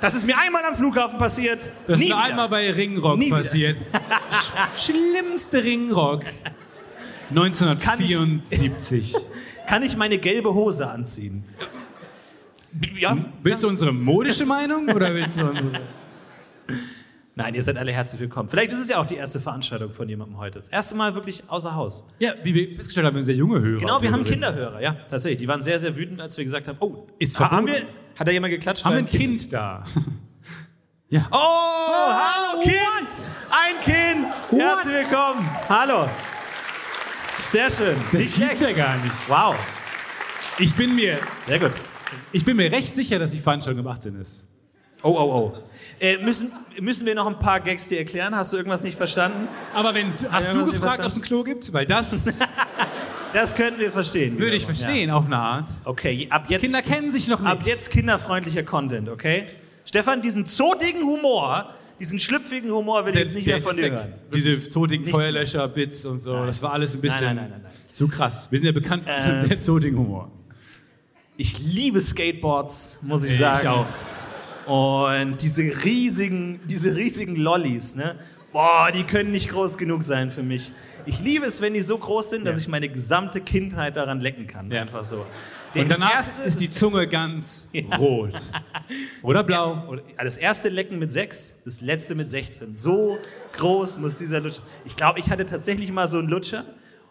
Das ist mir einmal am Flughafen passiert.
Das
nie
ist mir
wieder.
einmal bei Ringrock
Nie wieder.
passiert. Sch schlimmste Ringrock. 1974.
Kann ich meine gelbe Hose anziehen? Hm? Ja.
Willst du unsere modische Meinung oder willst du unsere.
Nein, ihr seid alle herzlich willkommen. Vielleicht ist es ja auch die erste Veranstaltung von jemandem heute. Das erste Mal wirklich außer Haus.
Ja, wie wir festgestellt haben, wir haben sehr junge Hörer.
Genau, wir haben
Hörerinnen.
Kinderhörer, ja, tatsächlich. Die waren sehr, sehr wütend, als wir gesagt haben, oh,
Ist
ha- haben wir,
verboten.
hat da jemand geklatscht?
Haben
weil
wir ein Kind da? ja.
Oh, hallo Kind! Ein Kind! Herzlich willkommen! Hallo! Sehr schön.
das gibt's
schlecht.
ja gar nicht.
Wow,
Ich bin, mir,
sehr gut.
ich bin mir recht sicher, dass die Veranstaltung um 18 ist.
Oh, oh, oh. Äh, müssen, müssen wir noch ein paar Gags dir erklären? Hast du irgendwas nicht verstanden?
Aber wenn, hast
Ja,
du
was ich
gefragt,
verstanden.
ob es ein Klo gibt? Weil das
Das könnten wir verstehen.
würde ich
wiederum,
verstehen auf eine Art.
Ja. Okay, ab jetzt,
Kinder kennen sich noch
ab
nicht.
jetzt kinderfreundlicher Content, okay? Stefan, diesen zotigen Humor, diesen schlüpfigen Humor will ich jetzt nicht mehr von
ist
dir
weg.
hören.
Diese zotigen
Nichts mehr.
Feuerlöscher, Bits und so, das war alles ein bisschen
Nein, nein, nein, nein,
zu krass. Wir sind ja bekannt für unseren
Äh,
sehr zotigen Humor.
Ich liebe Skateboards, muss ich sagen.
Ich auch.
Und diese riesigen, diese riesigen Lollis, ne? Boah, die können nicht groß genug sein für mich. Ich liebe es, wenn die so groß sind, dass
Ja.
ich meine gesamte Kindheit daran lecken kann.
Ja.
Einfach so.
Und
das
danach
erste
ist die Zunge ganz rot. Oder blau.
oder- ah, das erste Lecken mit 6, das letzte mit 16. So groß muss dieser Lutscher. Ich glaube, ich hatte tatsächlich mal so einen Lutscher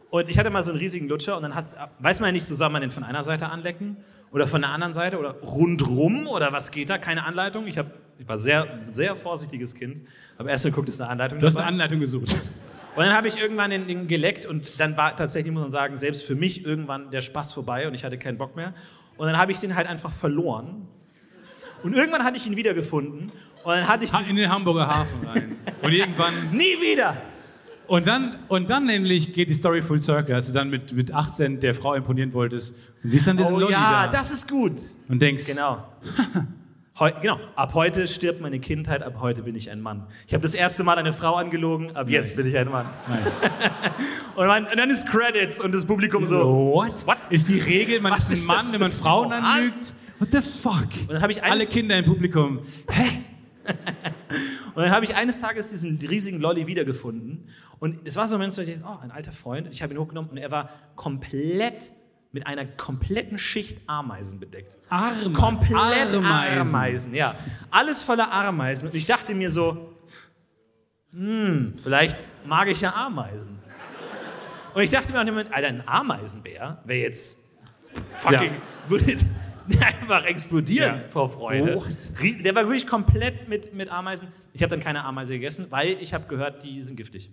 und ich hatte mal so einen riesigen Lutscher und dann hast, weiß man ja nicht, so soll man den von einer Seite anlecken oder von der anderen Seite oder rundrum oder was geht da? Keine Anleitung. Ich, hab, ich war sehr, sehr vorsichtiges Kind. Habe erst geguckt, ist eine Anleitung.
Du hast
dabei?
eine Anleitung gesucht.
Und dann habe ich irgendwann den, den geleckt und dann war tatsächlich, muss man sagen, selbst für mich irgendwann der Spaß vorbei und ich hatte keinen Bock mehr. Und dann habe ich den halt einfach verloren. Und irgendwann hatte ich ihn wiedergefunden und dann hatte ich
Ha- In den Hamburger Hafen rein. Und irgendwann.
nie wieder.
Und dann, und dann nämlich geht die Story full circle, als du dann mit, mit 18 der Frau imponieren wolltest und siehst dann diesen
Oh
Lolli
ja,
da
das ist gut.
und denkst,
Genau. Heu, genau. Ab heute stirbt meine Kindheit, ab heute bin ich ein Mann. Ich habe das erste Mal eine Frau angelogen, ab jetzt
Nice.
bin ich ein Mann.
nice.
Und, mein, und dann ist Credits und das Publikum
Oh.
so.
What?
What?
Ist die Regel, man
Was
ist ein
ist
Mann,
das
wenn man
denn?
Frauen
Moral?
anlügt? What the fuck?
Und dann habe ich
Alle
eines
Kinder im Publikum. Hä?
Und dann habe ich eines Tages diesen riesigen Lolli wiedergefunden. Und es war so ein Moment, wo ich dachte, oh, ein alter Freund. Ich habe ihn hochgenommen und er war komplett mit einer kompletten Schicht Ameisen bedeckt.
Arme.
Komplett Ameisen.
Ameisen.
ja. Alles voller Ameisen. Und ich dachte mir so, hm, vielleicht mag ich ja Ameisen. Und ich dachte mir auch in dem Moment, Alter, ein Ameisenbär wäre jetzt fucking, würde einfach explodieren
Ja.
vor Freude.
What?
Ries- Der war wirklich komplett mit, mit Ameisen. Ich habe dann keine Ameise gegessen, weil ich habe gehört, die sind giftig.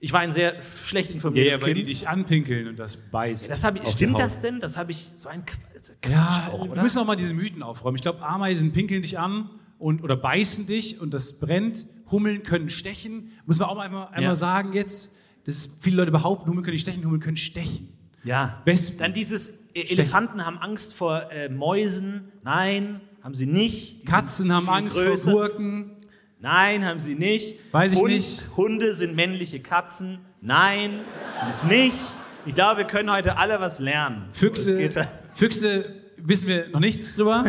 Ich war ein sehr schlecht
Ja,
informiertes
ja, weil die
Kind.
dich anpinkeln und das beißt.
das hab ich,
auf die
stimmt
Haut.
das denn? Das habe ich so ein Qu- das ist Quatsch
Ja,
auch,
wir
oder?
müssen auch mal diese Mythen aufräumen. Ich glaube, Ameisen pinkeln dich an und, oder beißen dich und das brennt. Hummeln können stechen. Muss man auch einmal, einmal
Ja.
sagen jetzt, dass viele Leute behaupten, Hummeln können nicht stechen, Hummeln können stechen.
Ja.
Wespen.
Dann dieses äh, Elefanten haben Angst vor äh, Mäusen. Nein, haben sie nicht. Die
Katzen
sind
haben
viel
Angst
größer.
vor Gurken.
Nein, haben sie nicht.
Weiß ich nicht.
Hunde sind männliche Katzen. Nein, haben es nicht. Ich glaube, wir können heute alle was lernen.
Füchse,
Es geht
Füchse wissen wir noch nichts drüber.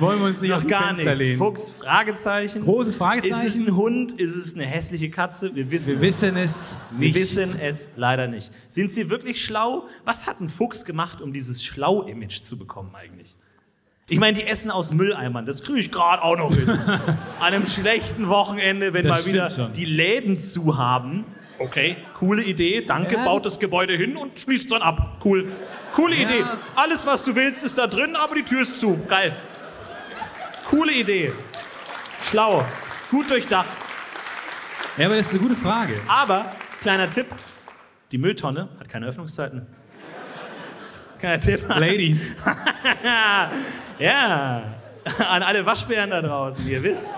Wollen wir uns nicht aus
noch
dem
gar
Fenster
nichts.
lehnen.
Fuchs, Fragezeichen.
Großes Fragezeichen.
Ist es ein Hund? Ist es eine hässliche Katze? Wir wissen
wir wissen es
Wir
nicht.
wissen es leider nicht. Sind sie wirklich schlau? Was hat ein Fuchs gemacht, um dieses Schlau-Image zu bekommen eigentlich? Ich meine, die essen aus Mülleimern. Das kriege ich gerade auch noch hin. An einem schlechten Wochenende, wenn
Das
mal wieder
stimmt schon.
die Läden zu haben. Okay, coole Idee. Danke,
Ja.
baut das Gebäude hin und schließt dann ab. Cool. Coole Idee. Alles, was du willst, ist da drin, aber die Tür ist zu. Geil. Coole Idee. Schlau. Gut durchdacht.
Ja, aber das ist eine gute Frage.
Aber, kleiner Tipp, die Mülltonne hat keine Öffnungszeiten. Kleiner Tipp.
Ladies,
ja, an alle Waschbären da draußen, ihr wisst,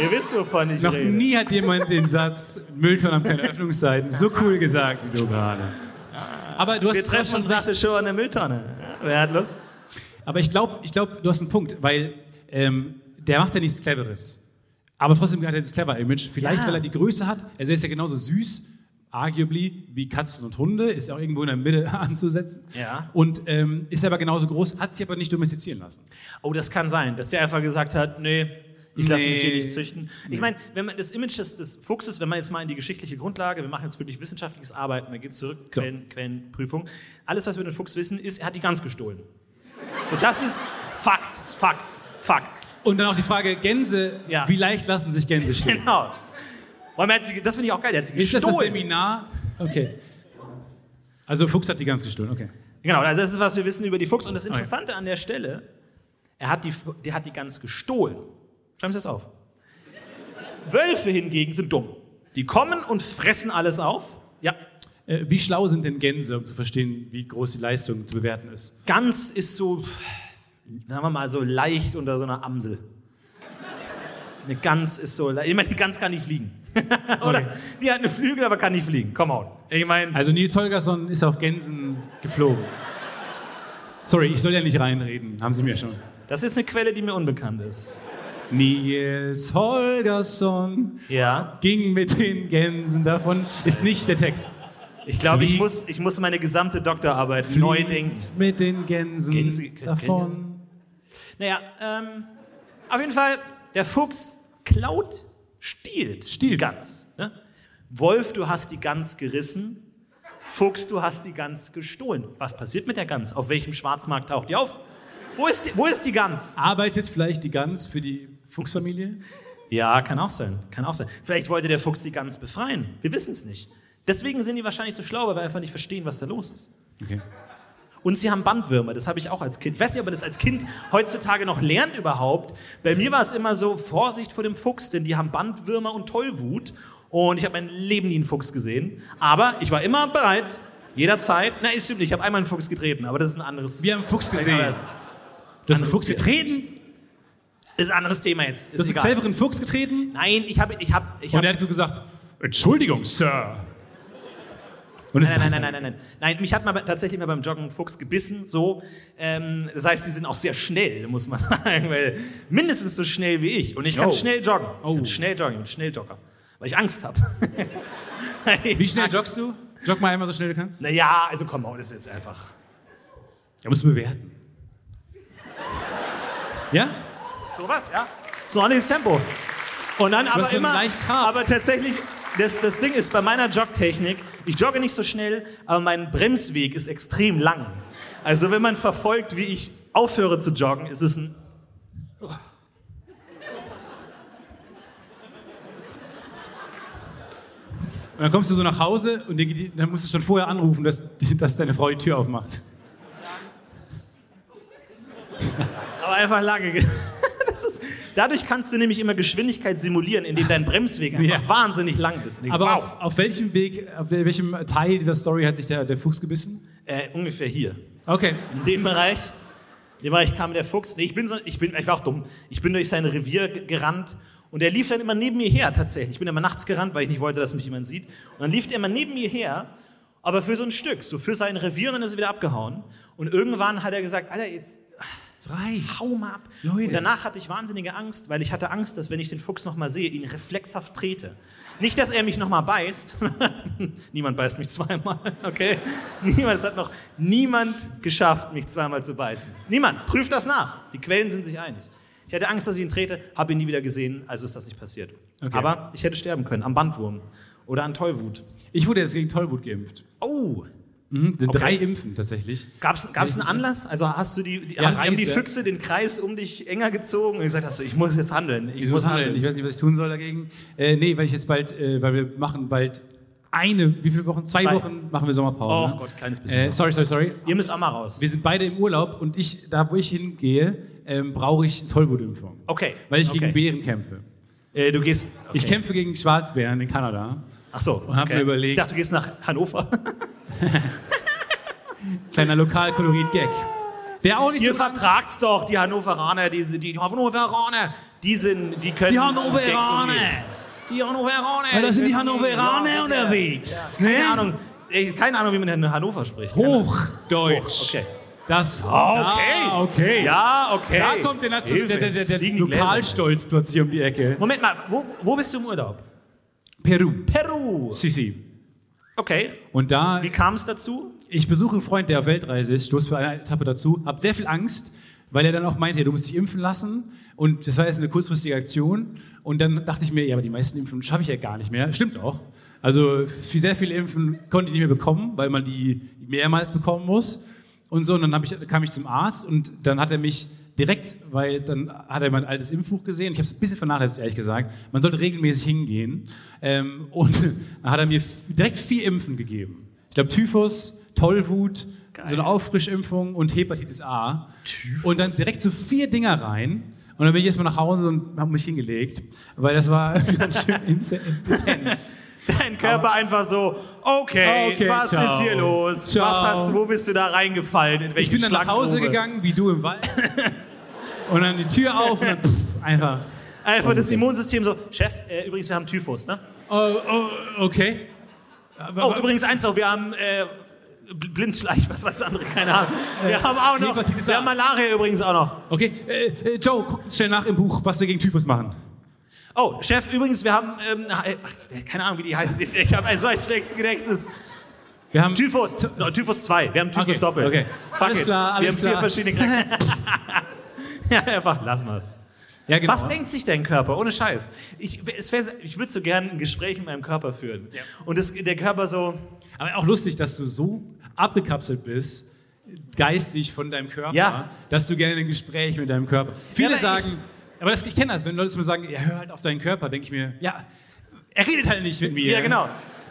ihr wisst, wovon ich
noch
rede.
nie hat jemand den Satz, Mülltonnen haben keine Öffnungszeiten, so cool gesagt wie du gerade. Aber du hast
Wir
es gerade
treffen
schon
uns nach der Show an der Mülltonne. Wer hat Lust?
Aber ich glaube, ich glaub, du hast einen Punkt, weil ähm, der macht ja nichts Cleveres. Aber trotzdem hat er dieses Clever-Image. Vielleicht,
Ja.
weil er die Größe hat. Also er ist ja genauso süß, arguably, wie Katzen und Hunde. Ist ja auch irgendwo in der Mitte anzusetzen.
Ja.
Und ähm, ist aber genauso groß, hat sich aber nicht domestizieren lassen.
Oh, das kann sein, dass der einfach gesagt hat, nee, ich lasse
Nee.
mich hier nicht züchten. Ich meine, wenn man das Image des, des Fuchses, wenn man jetzt mal in die geschichtliche Grundlage, wir machen jetzt wirklich wissenschaftliches Arbeiten, da geht zurück,
So.
Quellen, Quellenprüfung. Alles, was wir über den Fuchs wissen, ist, er hat die Gans gestohlen. Und das ist Fakt, ist Fakt, Fakt.
Und dann auch die Frage, Gänse,
Ja.
wie leicht lassen sich Gänse stehen?
Genau. Weil man hat sie, das finde ich auch geil, der hat sie
Ist das das
gestohlen.
Seminar? Okay. Also Fuchs hat die ganz gestohlen, okay.
Genau, also das ist, was wir wissen über die Fuchs. Und das Interessante an der Stelle, er hat die, Fu- der hat die Gans gestohlen. Schreiben Sie das auf. Wölfe hingegen sind dumm. Die kommen und fressen alles auf. Ja,
Äh, wie schlau sind denn Gänse, um zu verstehen, wie groß die Leistung zu bewerten ist?
Gans ist so, sagen wir mal, so leicht unter so einer Amsel. Eine Gans ist so leicht. Ich meine, die Gans kann nicht fliegen. Oder?
Okay.
Die hat eine Flügel, aber kann nicht fliegen. Come on. Ich meine,
Also Nils Holgersson ist auf Gänsen geflogen. Sorry, ich soll ja nicht reinreden, haben Sie mir schon.
das ist eine Quelle, die mir unbekannt ist.
Nils Holgersson
Ja.
ging mit den Gänsen davon, ist nicht der Text.
Ich glaube, ich
Fliegt.
muss, ich muss meine gesamte Doktorarbeit neu denken.
Mit den Gänsen
Gänse-
davon.
Naja, ähm, auf jeden Fall, der Fuchs klaut, stiehlt,
Stiehlt.
die Gans. Ne? Wolf, du hast die Gans gerissen. Fuchs, du hast die Gans gestohlen. Was passiert mit der Gans? Auf welchem Schwarzmarkt taucht die auf? Wo ist die, wo ist die Gans?
Arbeitet vielleicht die Gans für die Fuchsfamilie?
Ja, kann auch sein, kann auch sein. Vielleicht wollte der Fuchs die Gans befreien. Wir wissen es nicht. Deswegen sind die wahrscheinlich so schlau, weil wir einfach nicht verstehen, was da los ist.
Okay.
Und sie haben Bandwürmer, das habe ich auch als Kind. Ich weiß nicht, ob man das als Kind heutzutage noch lernt überhaupt. Bei mir war es immer so, Vorsicht vor dem Fuchs, denn die haben Bandwürmer und Tollwut. Und ich habe mein Leben nie einen Fuchs gesehen. Aber ich war immer bereit, jederzeit. Na, ist stimmt nicht, ich habe einmal einen Fuchs getreten, aber das ist ein anderes...
Wir haben Fuchs gesehen.
aber
Du
das
hast einen Fuchs
Tier.
getreten,
ist ein anderes Thema jetzt,
du
ist
hast einen
egal.
cleveren Fuchs getreten
Nein, ich habe... Ich habe ich
und
habe
er hat so gesagt, Entschuldigung, Sir. Und es
Nein, nein, nein, nein, nein, nein. Nein, mich hat mal bei- tatsächlich mal beim Joggen ein Fuchs gebissen, so. Ähm, das heißt, die sind auch sehr schnell, muss man sagen, weil mindestens so schnell wie ich. Und ich kann
Oh.
schnell joggen. Ich
Oh.
kann schnell joggen, ich bin Schnelljogger. Weil ich Angst habe.
Wie schnell joggst du? Jog mal einmal so schnell du kannst.
Naja, also komm, hau das ist jetzt einfach.
Da musst du bewerten. Ja?
Sowas, ja. So ordentliches Tempo. Und dann aber
hast so einen
immer,
leicht Trab.
aber tatsächlich, das, das Ding ist bei meiner Jogtechnik, ich jogge nicht so schnell, aber mein Bremsweg ist extrem lang. Also wenn man verfolgt, wie ich aufhöre zu joggen, ist es ein
Und dann kommst du so nach Hause und dir geht die- dann musst du schon vorher anrufen, dass, dass deine Frau die Tür aufmacht.
Aber einfach lange. ge- Das ist, dadurch kannst du nämlich immer Geschwindigkeit simulieren, indem dein Bremsweg einfach
Ja.
wahnsinnig lang ist. Und ich-
Aber auf, auf welchem Weg, auf der- welchem Teil dieser Story hat sich der, der Fuchs gebissen?
äh, ungefähr hier.
Okay.
In dem Bereich, in dem Bereich kam der Fuchs. Nee, ich, bin so, ich, bin, ich war auch dumm. Ich bin durch sein Revier ge- gerannt und er lief dann immer neben mir her tatsächlich. Ich bin immer nachts gerannt, weil ich nicht wollte, dass mich jemand sieht. Und dann lief er immer neben mir her, aber für so ein Stück, so für sein Revier und dann ist er wieder abgehauen. Und irgendwann hat er gesagt, Alter, jetzt,
Das reicht.
hau mal ab.
Leute.
Und danach hatte ich wahnsinnige Angst, weil ich hatte Angst, dass wenn ich den Fuchs nochmal sehe, ihn reflexhaft trete. Nicht, dass er mich nochmal beißt. niemand beißt mich zweimal, okay? Niemand, es hat noch niemand geschafft, mich zweimal zu beißen. Niemand, prüft das nach. Die Quellen sind sich einig. Ich hatte Angst, dass ich ihn trete, habe ihn nie wieder gesehen, also ist das nicht passiert.
Okay.
Aber ich hätte sterben können, am Bandwurm oder an Tollwut.
Ich wurde jetzt gegen Tollwut geimpft.
Oh,
Mhm, sind
Okay.
drei Impfen tatsächlich.
gab es einen Anlass? Also hast du die, die,
Ja,
haben, haben die
Reise.
Füchse den Kreis um dich enger gezogen und gesagt hast du, ich muss jetzt handeln. Ich,
Ich muss handeln. Ich weiß nicht, was ich tun soll dagegen. Äh, nee, weil ich jetzt bald, äh, weil wir machen bald eine, wie viele Wochen? Zwei,
Zwei.
Wochen machen wir Sommerpause.
Oh
ne?
Gott, kleines bisschen.
Äh, sorry, sorry, sorry.
Ihr müsst auch mal raus.
Wir sind beide im Urlaub und ich, da wo ich hingehe, ähm, brauche ich Tollwutimpfung.
Okay.
Weil ich
okay.
gegen Bären kämpfe.
Äh, du gehst. Okay.
Ich kämpfe gegen Schwarzbären in Kanada.
Ach so.
hab mir überlegt-
Ich dachte, du gehst nach Hannover.
Kleiner Lokalkolorit-Gag. Der auch nicht
Ihr
so
vertragt's doch, die Hannoveraner, diese, die Hannoveraner, die sind, die können.
Die
Gags
Hannoveraner!
umgehen. Die Hannoveraner.
Ja, das sind die
können-
Hannoveraner
Ja,
unterwegs,
Ja, keine
ne?
Ahnung. Ey, Keine Ahnung, wie man in Hannover spricht.
Hochdeutsch.
Hoch, okay.
Das.
Ah,
Ah, okay.
Ja, okay.
Da kommt der, Nation,
Hilfe,
der, der, der,
jetzt
der
fliegen die Gläser.
Lokalstolz plötzlich um die Ecke.
Moment mal, wo, wo bist du im Urlaub?
Peru.
Peru.
Sisi.
Okay.
Und da,
Wie kam es dazu?
ich besuche einen Freund, der auf Weltreise ist, stoß für eine Etappe dazu, habe sehr viel Angst, Weil er dann auch meinte, ja, du musst dich impfen lassen. Und das war jetzt eine kurzfristige Aktion. Und dann dachte ich mir, ja, aber die meisten Impfungen schaffe ich ja gar nicht mehr. Stimmt auch. Also f- sehr viele Impfen konnte ich nicht mehr bekommen, weil man die mehrmals bekommen muss. Und so, und dann hab ich, kam ich zum Arzt und dann hat er mich direkt, weil dann hat er mein altes Impfbuch gesehen, ich habe es ein bisschen vernachlässigt, ehrlich gesagt, man sollte regelmäßig hingehen. Ähm, und dann hat er mir f- direkt vier Impfen gegeben. Ich glaube Typhus, Tollwut, so eine Auffrischimpfung und Hepatitis A.
Typhus?
Und dann direkt so vier Dinger rein. Und dann bin ich erstmal nach Hause und habe mich hingelegt, weil das war ganz schön inse- intens.
Dein Körper einfach so, okay,
Okay,
was
ciao.
ist hier los?
Ciao.
Was hast, wo bist du da reingefallen? In
Ich bin dann nach Hause gegangen, wie du im Wald. und dann die Tür auf und dann pff, einfach.
Einfach das Immunsystem so, Chef, äh, übrigens, wir haben Typhus, ne?
Oh, oh, okay.
Oh, übrigens eins noch, wir haben äh, Bl- Blindschleich, was war das andere, keine Ahnung.
Äh,
Wir haben auch noch,
Hepatitis
wir
A.
haben Malaria übrigens auch noch.
Okay, äh, äh, Joe, guck schnell nach im Buch, was wir gegen Typhus machen.
Oh, Chef, übrigens, wir haben, ähm, ach, keine Ahnung, wie die heißen, ich habe ein solch schlechtes Gedächtnis.
Wir haben
Typhus, no, Typhus 2, wir haben Typhus
Okay,
Doppel.
okay.
Fuck
Alles
it.
klar,
Wir
alles
haben vier
klar.
verschiedene Krankheiten. ja, einfach, lass mal's.
Ja, genau.
Was denkt sich dein Körper? Ohne Scheiß. Ich, es wär, ich würde so gerne ein Gespräch mit meinem Körper führen. Und das, der Körper so,
Aber auch lustig, dass du so abgekapselt bist, geistig von deinem Körper,
Ja.
dass du gerne ein Gespräch mit deinem Körper. Viele
aber ich-
sagen, aber das, ich kenne das, wenn Leute zu mir sagen, ja, hör halt auf deinen Körper, denke ich mir, ja, er redet halt nicht mit mir.
ja genau.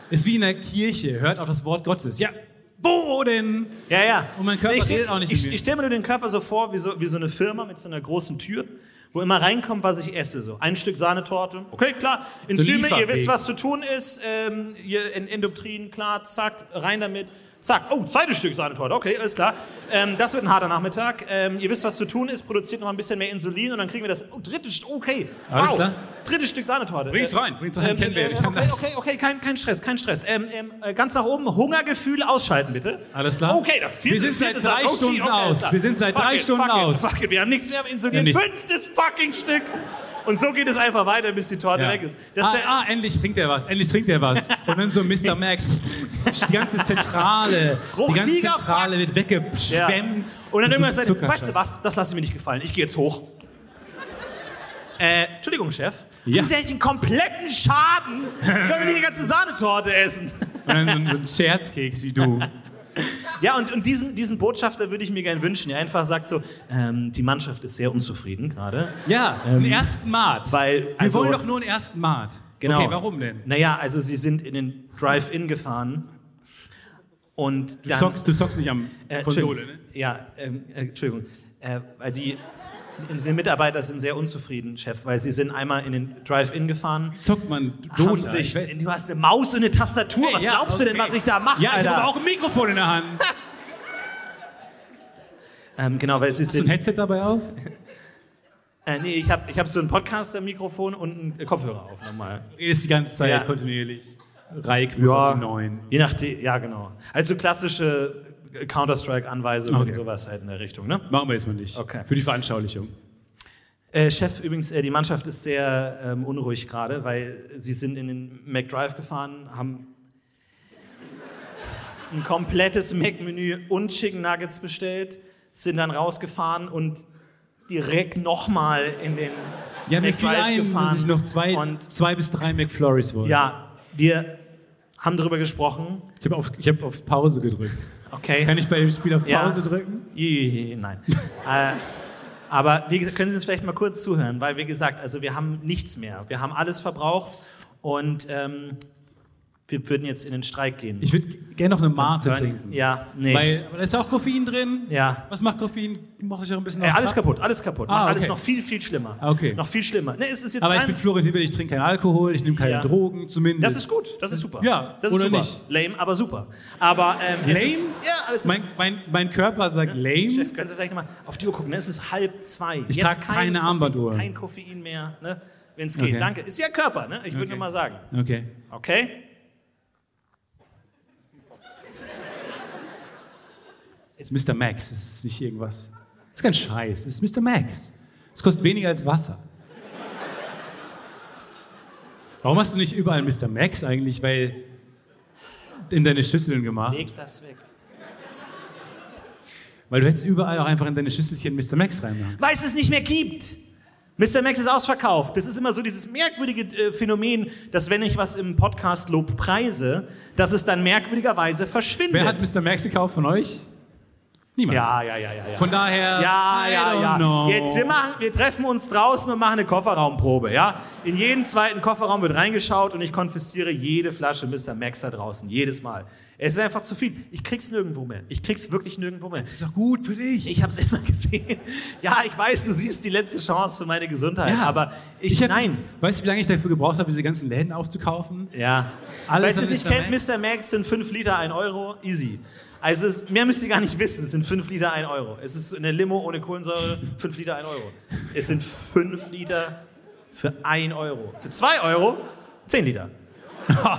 Ist wie in der Kirche, hört auf das Wort Gottes. Ja, wo denn?
Ja, ja.
Und mein Körper
ich stell-
redet auch nicht
Ich,
mit mir.
ich stelle mir nur den Körper so vor, wie so, wie so eine Firma mit so einer großen Tür, wo immer reinkommt, was ich esse. So ein Stück Sahnetorte. Okay, klar. Enzyme, ihr
Lieferweg.
wisst, was zu tun ist. Ähm, ihr in Endoptrin, klar, zack, rein damit. Zack, oh, zweites Stück Sahnetorte, okay, alles klar. Ähm, das wird ein harter Nachmittag. Ähm, ihr wisst, was zu tun ist, produziert noch ein bisschen mehr Insulin und dann kriegen wir das. Oh, drittes Stück, okay.
Alles
wow.
klar.
Drittes Stück Sahnetorte.
Bringt's rein, bringt's rein, kennen wir, ich kann
Ähm, äh, okay,
das.
okay, okay, kein, kein Stress, kein Stress. Ähm, ähm, äh, ganz nach oben, Hungergefühl ausschalten, bitte.
Alles klar.
Okay, das vierte,
Wir sind seit
vierte
drei
Satz.
Stunden
alles
aus.
klar.
Wir sind seit
fuck
drei
it,
Stunden
fuck
aus.
It, fuck it. Wir haben nichts mehr am
Ja,
Insulin.
nichts.
Fünftes fucking Stück. Und so geht es einfach weiter, bis die Torte
Ja.
weg ist. Das ist
ah,
der,
ah, endlich trinkt er was, endlich trinkt er was. Und dann so Mr. Max, pff, die ganze Zentrale, die ganze
Fruchtiger
Zentrale wird weggeschwemmt.
Und dann
mit
irgendwann
so
sagt er, weißt du
Zuckerscheiß.
was, das lasse ich mir nicht gefallen. Ich gehe jetzt hoch. Äh, Entschuldigung, Chef.
Ja.
Haben Sie eigentlich einen kompletten Schaden? Können wir die ganze Sahnetorte essen?
Und dann so ein, so ein Scherzkeks wie du.
Ja, und, und diesen, diesen Botschafter würde ich mir gern wünschen. Er einfach sagt so, ähm, die Mannschaft ist sehr unzufrieden gerade.
Ja,
Ähm,
einen ersten Mart.
weil,
Wir
also-
wollen doch nur einen ersten Mart.
Genau.
Okay, warum denn?
Naja, also sie sind in den Drive-In gefahren und
Du
dann...
zockst, du zockst nicht am
äh,
Konsole, ne?
Entschuldigung. Ja, ähm, äh, Entschuldigung. Äh, weil die, die Mitarbeiter sind sehr unzufrieden, Chef, weil sie sind einmal in den Drive-In gefahren,
Zockt man
haben
Dota,
sich...
ich weiß.
Du hast eine Maus und eine Tastatur, was
Ja,
glaubst du denn,
okay.
was ich da mache,
Ja, ich
Alter?
habe auch ein Mikrofon in der Hand. Hast
ähm, genau, weil sie
du ein
sind...
Headset dabei auf?
Äh, nee, ich habe ich hab so ein Podcast-Mikrofon und einen Kopfhörer auf nochmal.
Redest die ganze Zeit
Ja.
kontinuierlich. Reik muss auf die Neun.
Je nachdem, ja, genau. Also klassische äh, Counter-Strike-Anweisungen und
Okay.
sowas halt in der Richtung, ne?
Machen wir jetzt mal nicht.
Okay.
Für die Veranschaulichung.
Äh, Chef, übrigens, äh, die Mannschaft ist sehr ähm, unruhig gerade, weil sie sind in den McDrive gefahren, haben ein komplettes Mac-Menü und Chicken Nuggets bestellt, sind dann rausgefahren und direkt nochmal in den
Ja, mir
McDrive
fiel ein,
gefahren.
dass ich noch zwei,
Und
zwei bis drei McFlurries wollte.
ja, wir haben darüber gesprochen.
Ich habe auf, ich hab auf Pause gedrückt.
Okay.
Kann ich bei dem Spiel auf
Ja.
Pause drücken?
Jee, Nein. äh, aber wie gesagt, können Sie uns vielleicht mal kurz zuhören, weil wie gesagt, also wir haben nichts mehr. Wir haben alles verbraucht und ähm, wir würden jetzt in den Streik gehen.
Ich würde gerne noch eine Mate trinken.
ja, nee.
Weil, aber da ist ja auch Koffein drin.
ja.
Was macht Koffein? Macht euch auch ein bisschen
Äh,
auf
alles
Trab-
kaputt, alles kaputt.
Ah,
Alles
okay.
noch viel, viel schlimmer.
Ah, okay.
Noch viel schlimmer. Nee, es ist jetzt
Aber ich
rein-
bin Florian Hilbert, ich trinke keinen Alkohol, ich nehme keine
Ja.
Drogen, zumindest.
das ist gut, das ist super.
Ja,
das ist
oder
super.
nicht.
Lame, aber super. Aber ähm, es
Lame?
Ist, ja, aber es ist
mein, mein, mein Körper sagt lame.
Chef, können Sie vielleicht nochmal auf die Uhr gucken? Ne? Es ist halb zwei.
Ich trage keine
Koffein,
Armbanduhr.
Kein Koffein mehr, ne? wenn es geht.
Okay.
Danke. Ist ja Körper, ne? ich würde
Okay.
nur mal sagen.
Okay.
Okay?
Es ist Mr. Max, es ist nicht irgendwas. Das ist kein Scheiß, es ist Mr. Max. Es kostet weniger als Wasser. Warum hast du nicht überall Mr. Max eigentlich? Weil in deine Schüsseln gemacht.
Leg das weg.
Weil du hättest überall auch einfach in deine Schüsselchen Mr. Max reinmachen.
weil es es nicht mehr gibt. Mr. Max ist ausverkauft. Das ist immer so dieses merkwürdige äh, Phänomen, dass wenn ich was im Podcast Lob preise, dass es dann merkwürdigerweise verschwindet.
Wer hat Mr. Max gekauft von euch? Niemand.
ja, ja, ja, ja, ja.
Von daher,
ja,
I
ja,
don't
ja.
know.
Jetzt wir machen, wir treffen uns draußen und machen eine Kofferraumprobe, ja? In jeden zweiten Kofferraum wird reingeschaut und ich konfisziere jede Flasche Mr. Max da draußen jedes Mal. Es ist einfach zu viel. Ich krieg's nirgendwo mehr. Ich krieg's wirklich nirgendwo mehr.
ist doch gut für dich.
Ich habe es immer gesehen. Ja, ich weiß, du siehst die letzte Chance für meine Gesundheit,
Ja.
aber ich,
hab-
nein.
Weißt du, wie lange ich dafür gebraucht habe, diese ganzen Läden aufzukaufen?
Ja.
Alles
Falls ihr es
an
nicht
Mr.
kennt,
Max.
Mr. Max sind 5 Liter 1 Euro, easy. Also es ist, mehr müsst ihr gar nicht wissen, es sind 5 Liter 1 Euro. Es ist eine Limo ohne Kohlensäure, 5 Liter 1 Euro. Es sind 5 Liter für 1 Euro. Für 2 Euro 10 Liter.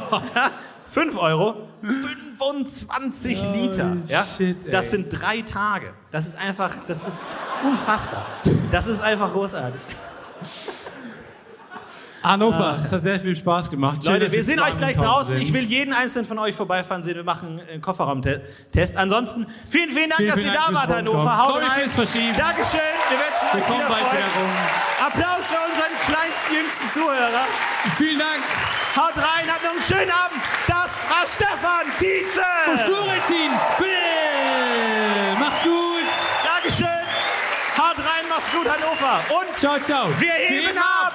5 Euro 25 Liter. Ja?
Oh, shit, ey.
Das sind drei Tage. Das ist einfach, das ist unfassbar. Das ist einfach großartig.
Hannover, es hat sehr viel Spaß gemacht. Schön,
Leute,
dass
wir sehen euch gleich
zusammengekommen
draußen.
sind.
Ich will jeden einzelnen von euch vorbeifahren sehen. Wir machen einen Kofferraumtest. Ansonsten vielen, vielen Dank,
Vielen,
dass ihr
vielen Dank
da wart,
fürs
Hannover.
Rumkommen.
Haut
Sorry
rein.
fürs Verschieben.
Dankeschön. Wir wünschen euch
Wir kommen
viel
bald wieder
Erfolg.
rum.
Applaus für unseren kleinstjüngsten Zuhörer.
Vielen Dank.
Haut rein, habt noch einen schönen Abend. Das war Stefan Tietze.
Florentin Phil. Macht's gut.
Dankeschön. Haut rein, macht's gut, Hannover. Und
Ciao, ciao.
wir heben ab.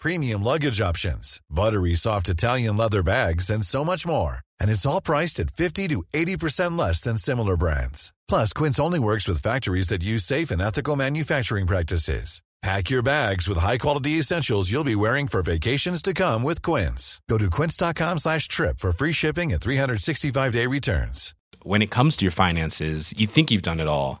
premium luggage options, buttery soft Italian leather bags, and so much more. And it's all priced at 50 to 80% less than similar brands. Plus, Quince only works with factories that use safe and ethical manufacturing practices. Pack your bags with high-quality essentials you'll be wearing for vacations to come with Quince. Go to quince.com slash trip for free shipping and 365-day returns.
When it comes to your finances, you think you've done it all.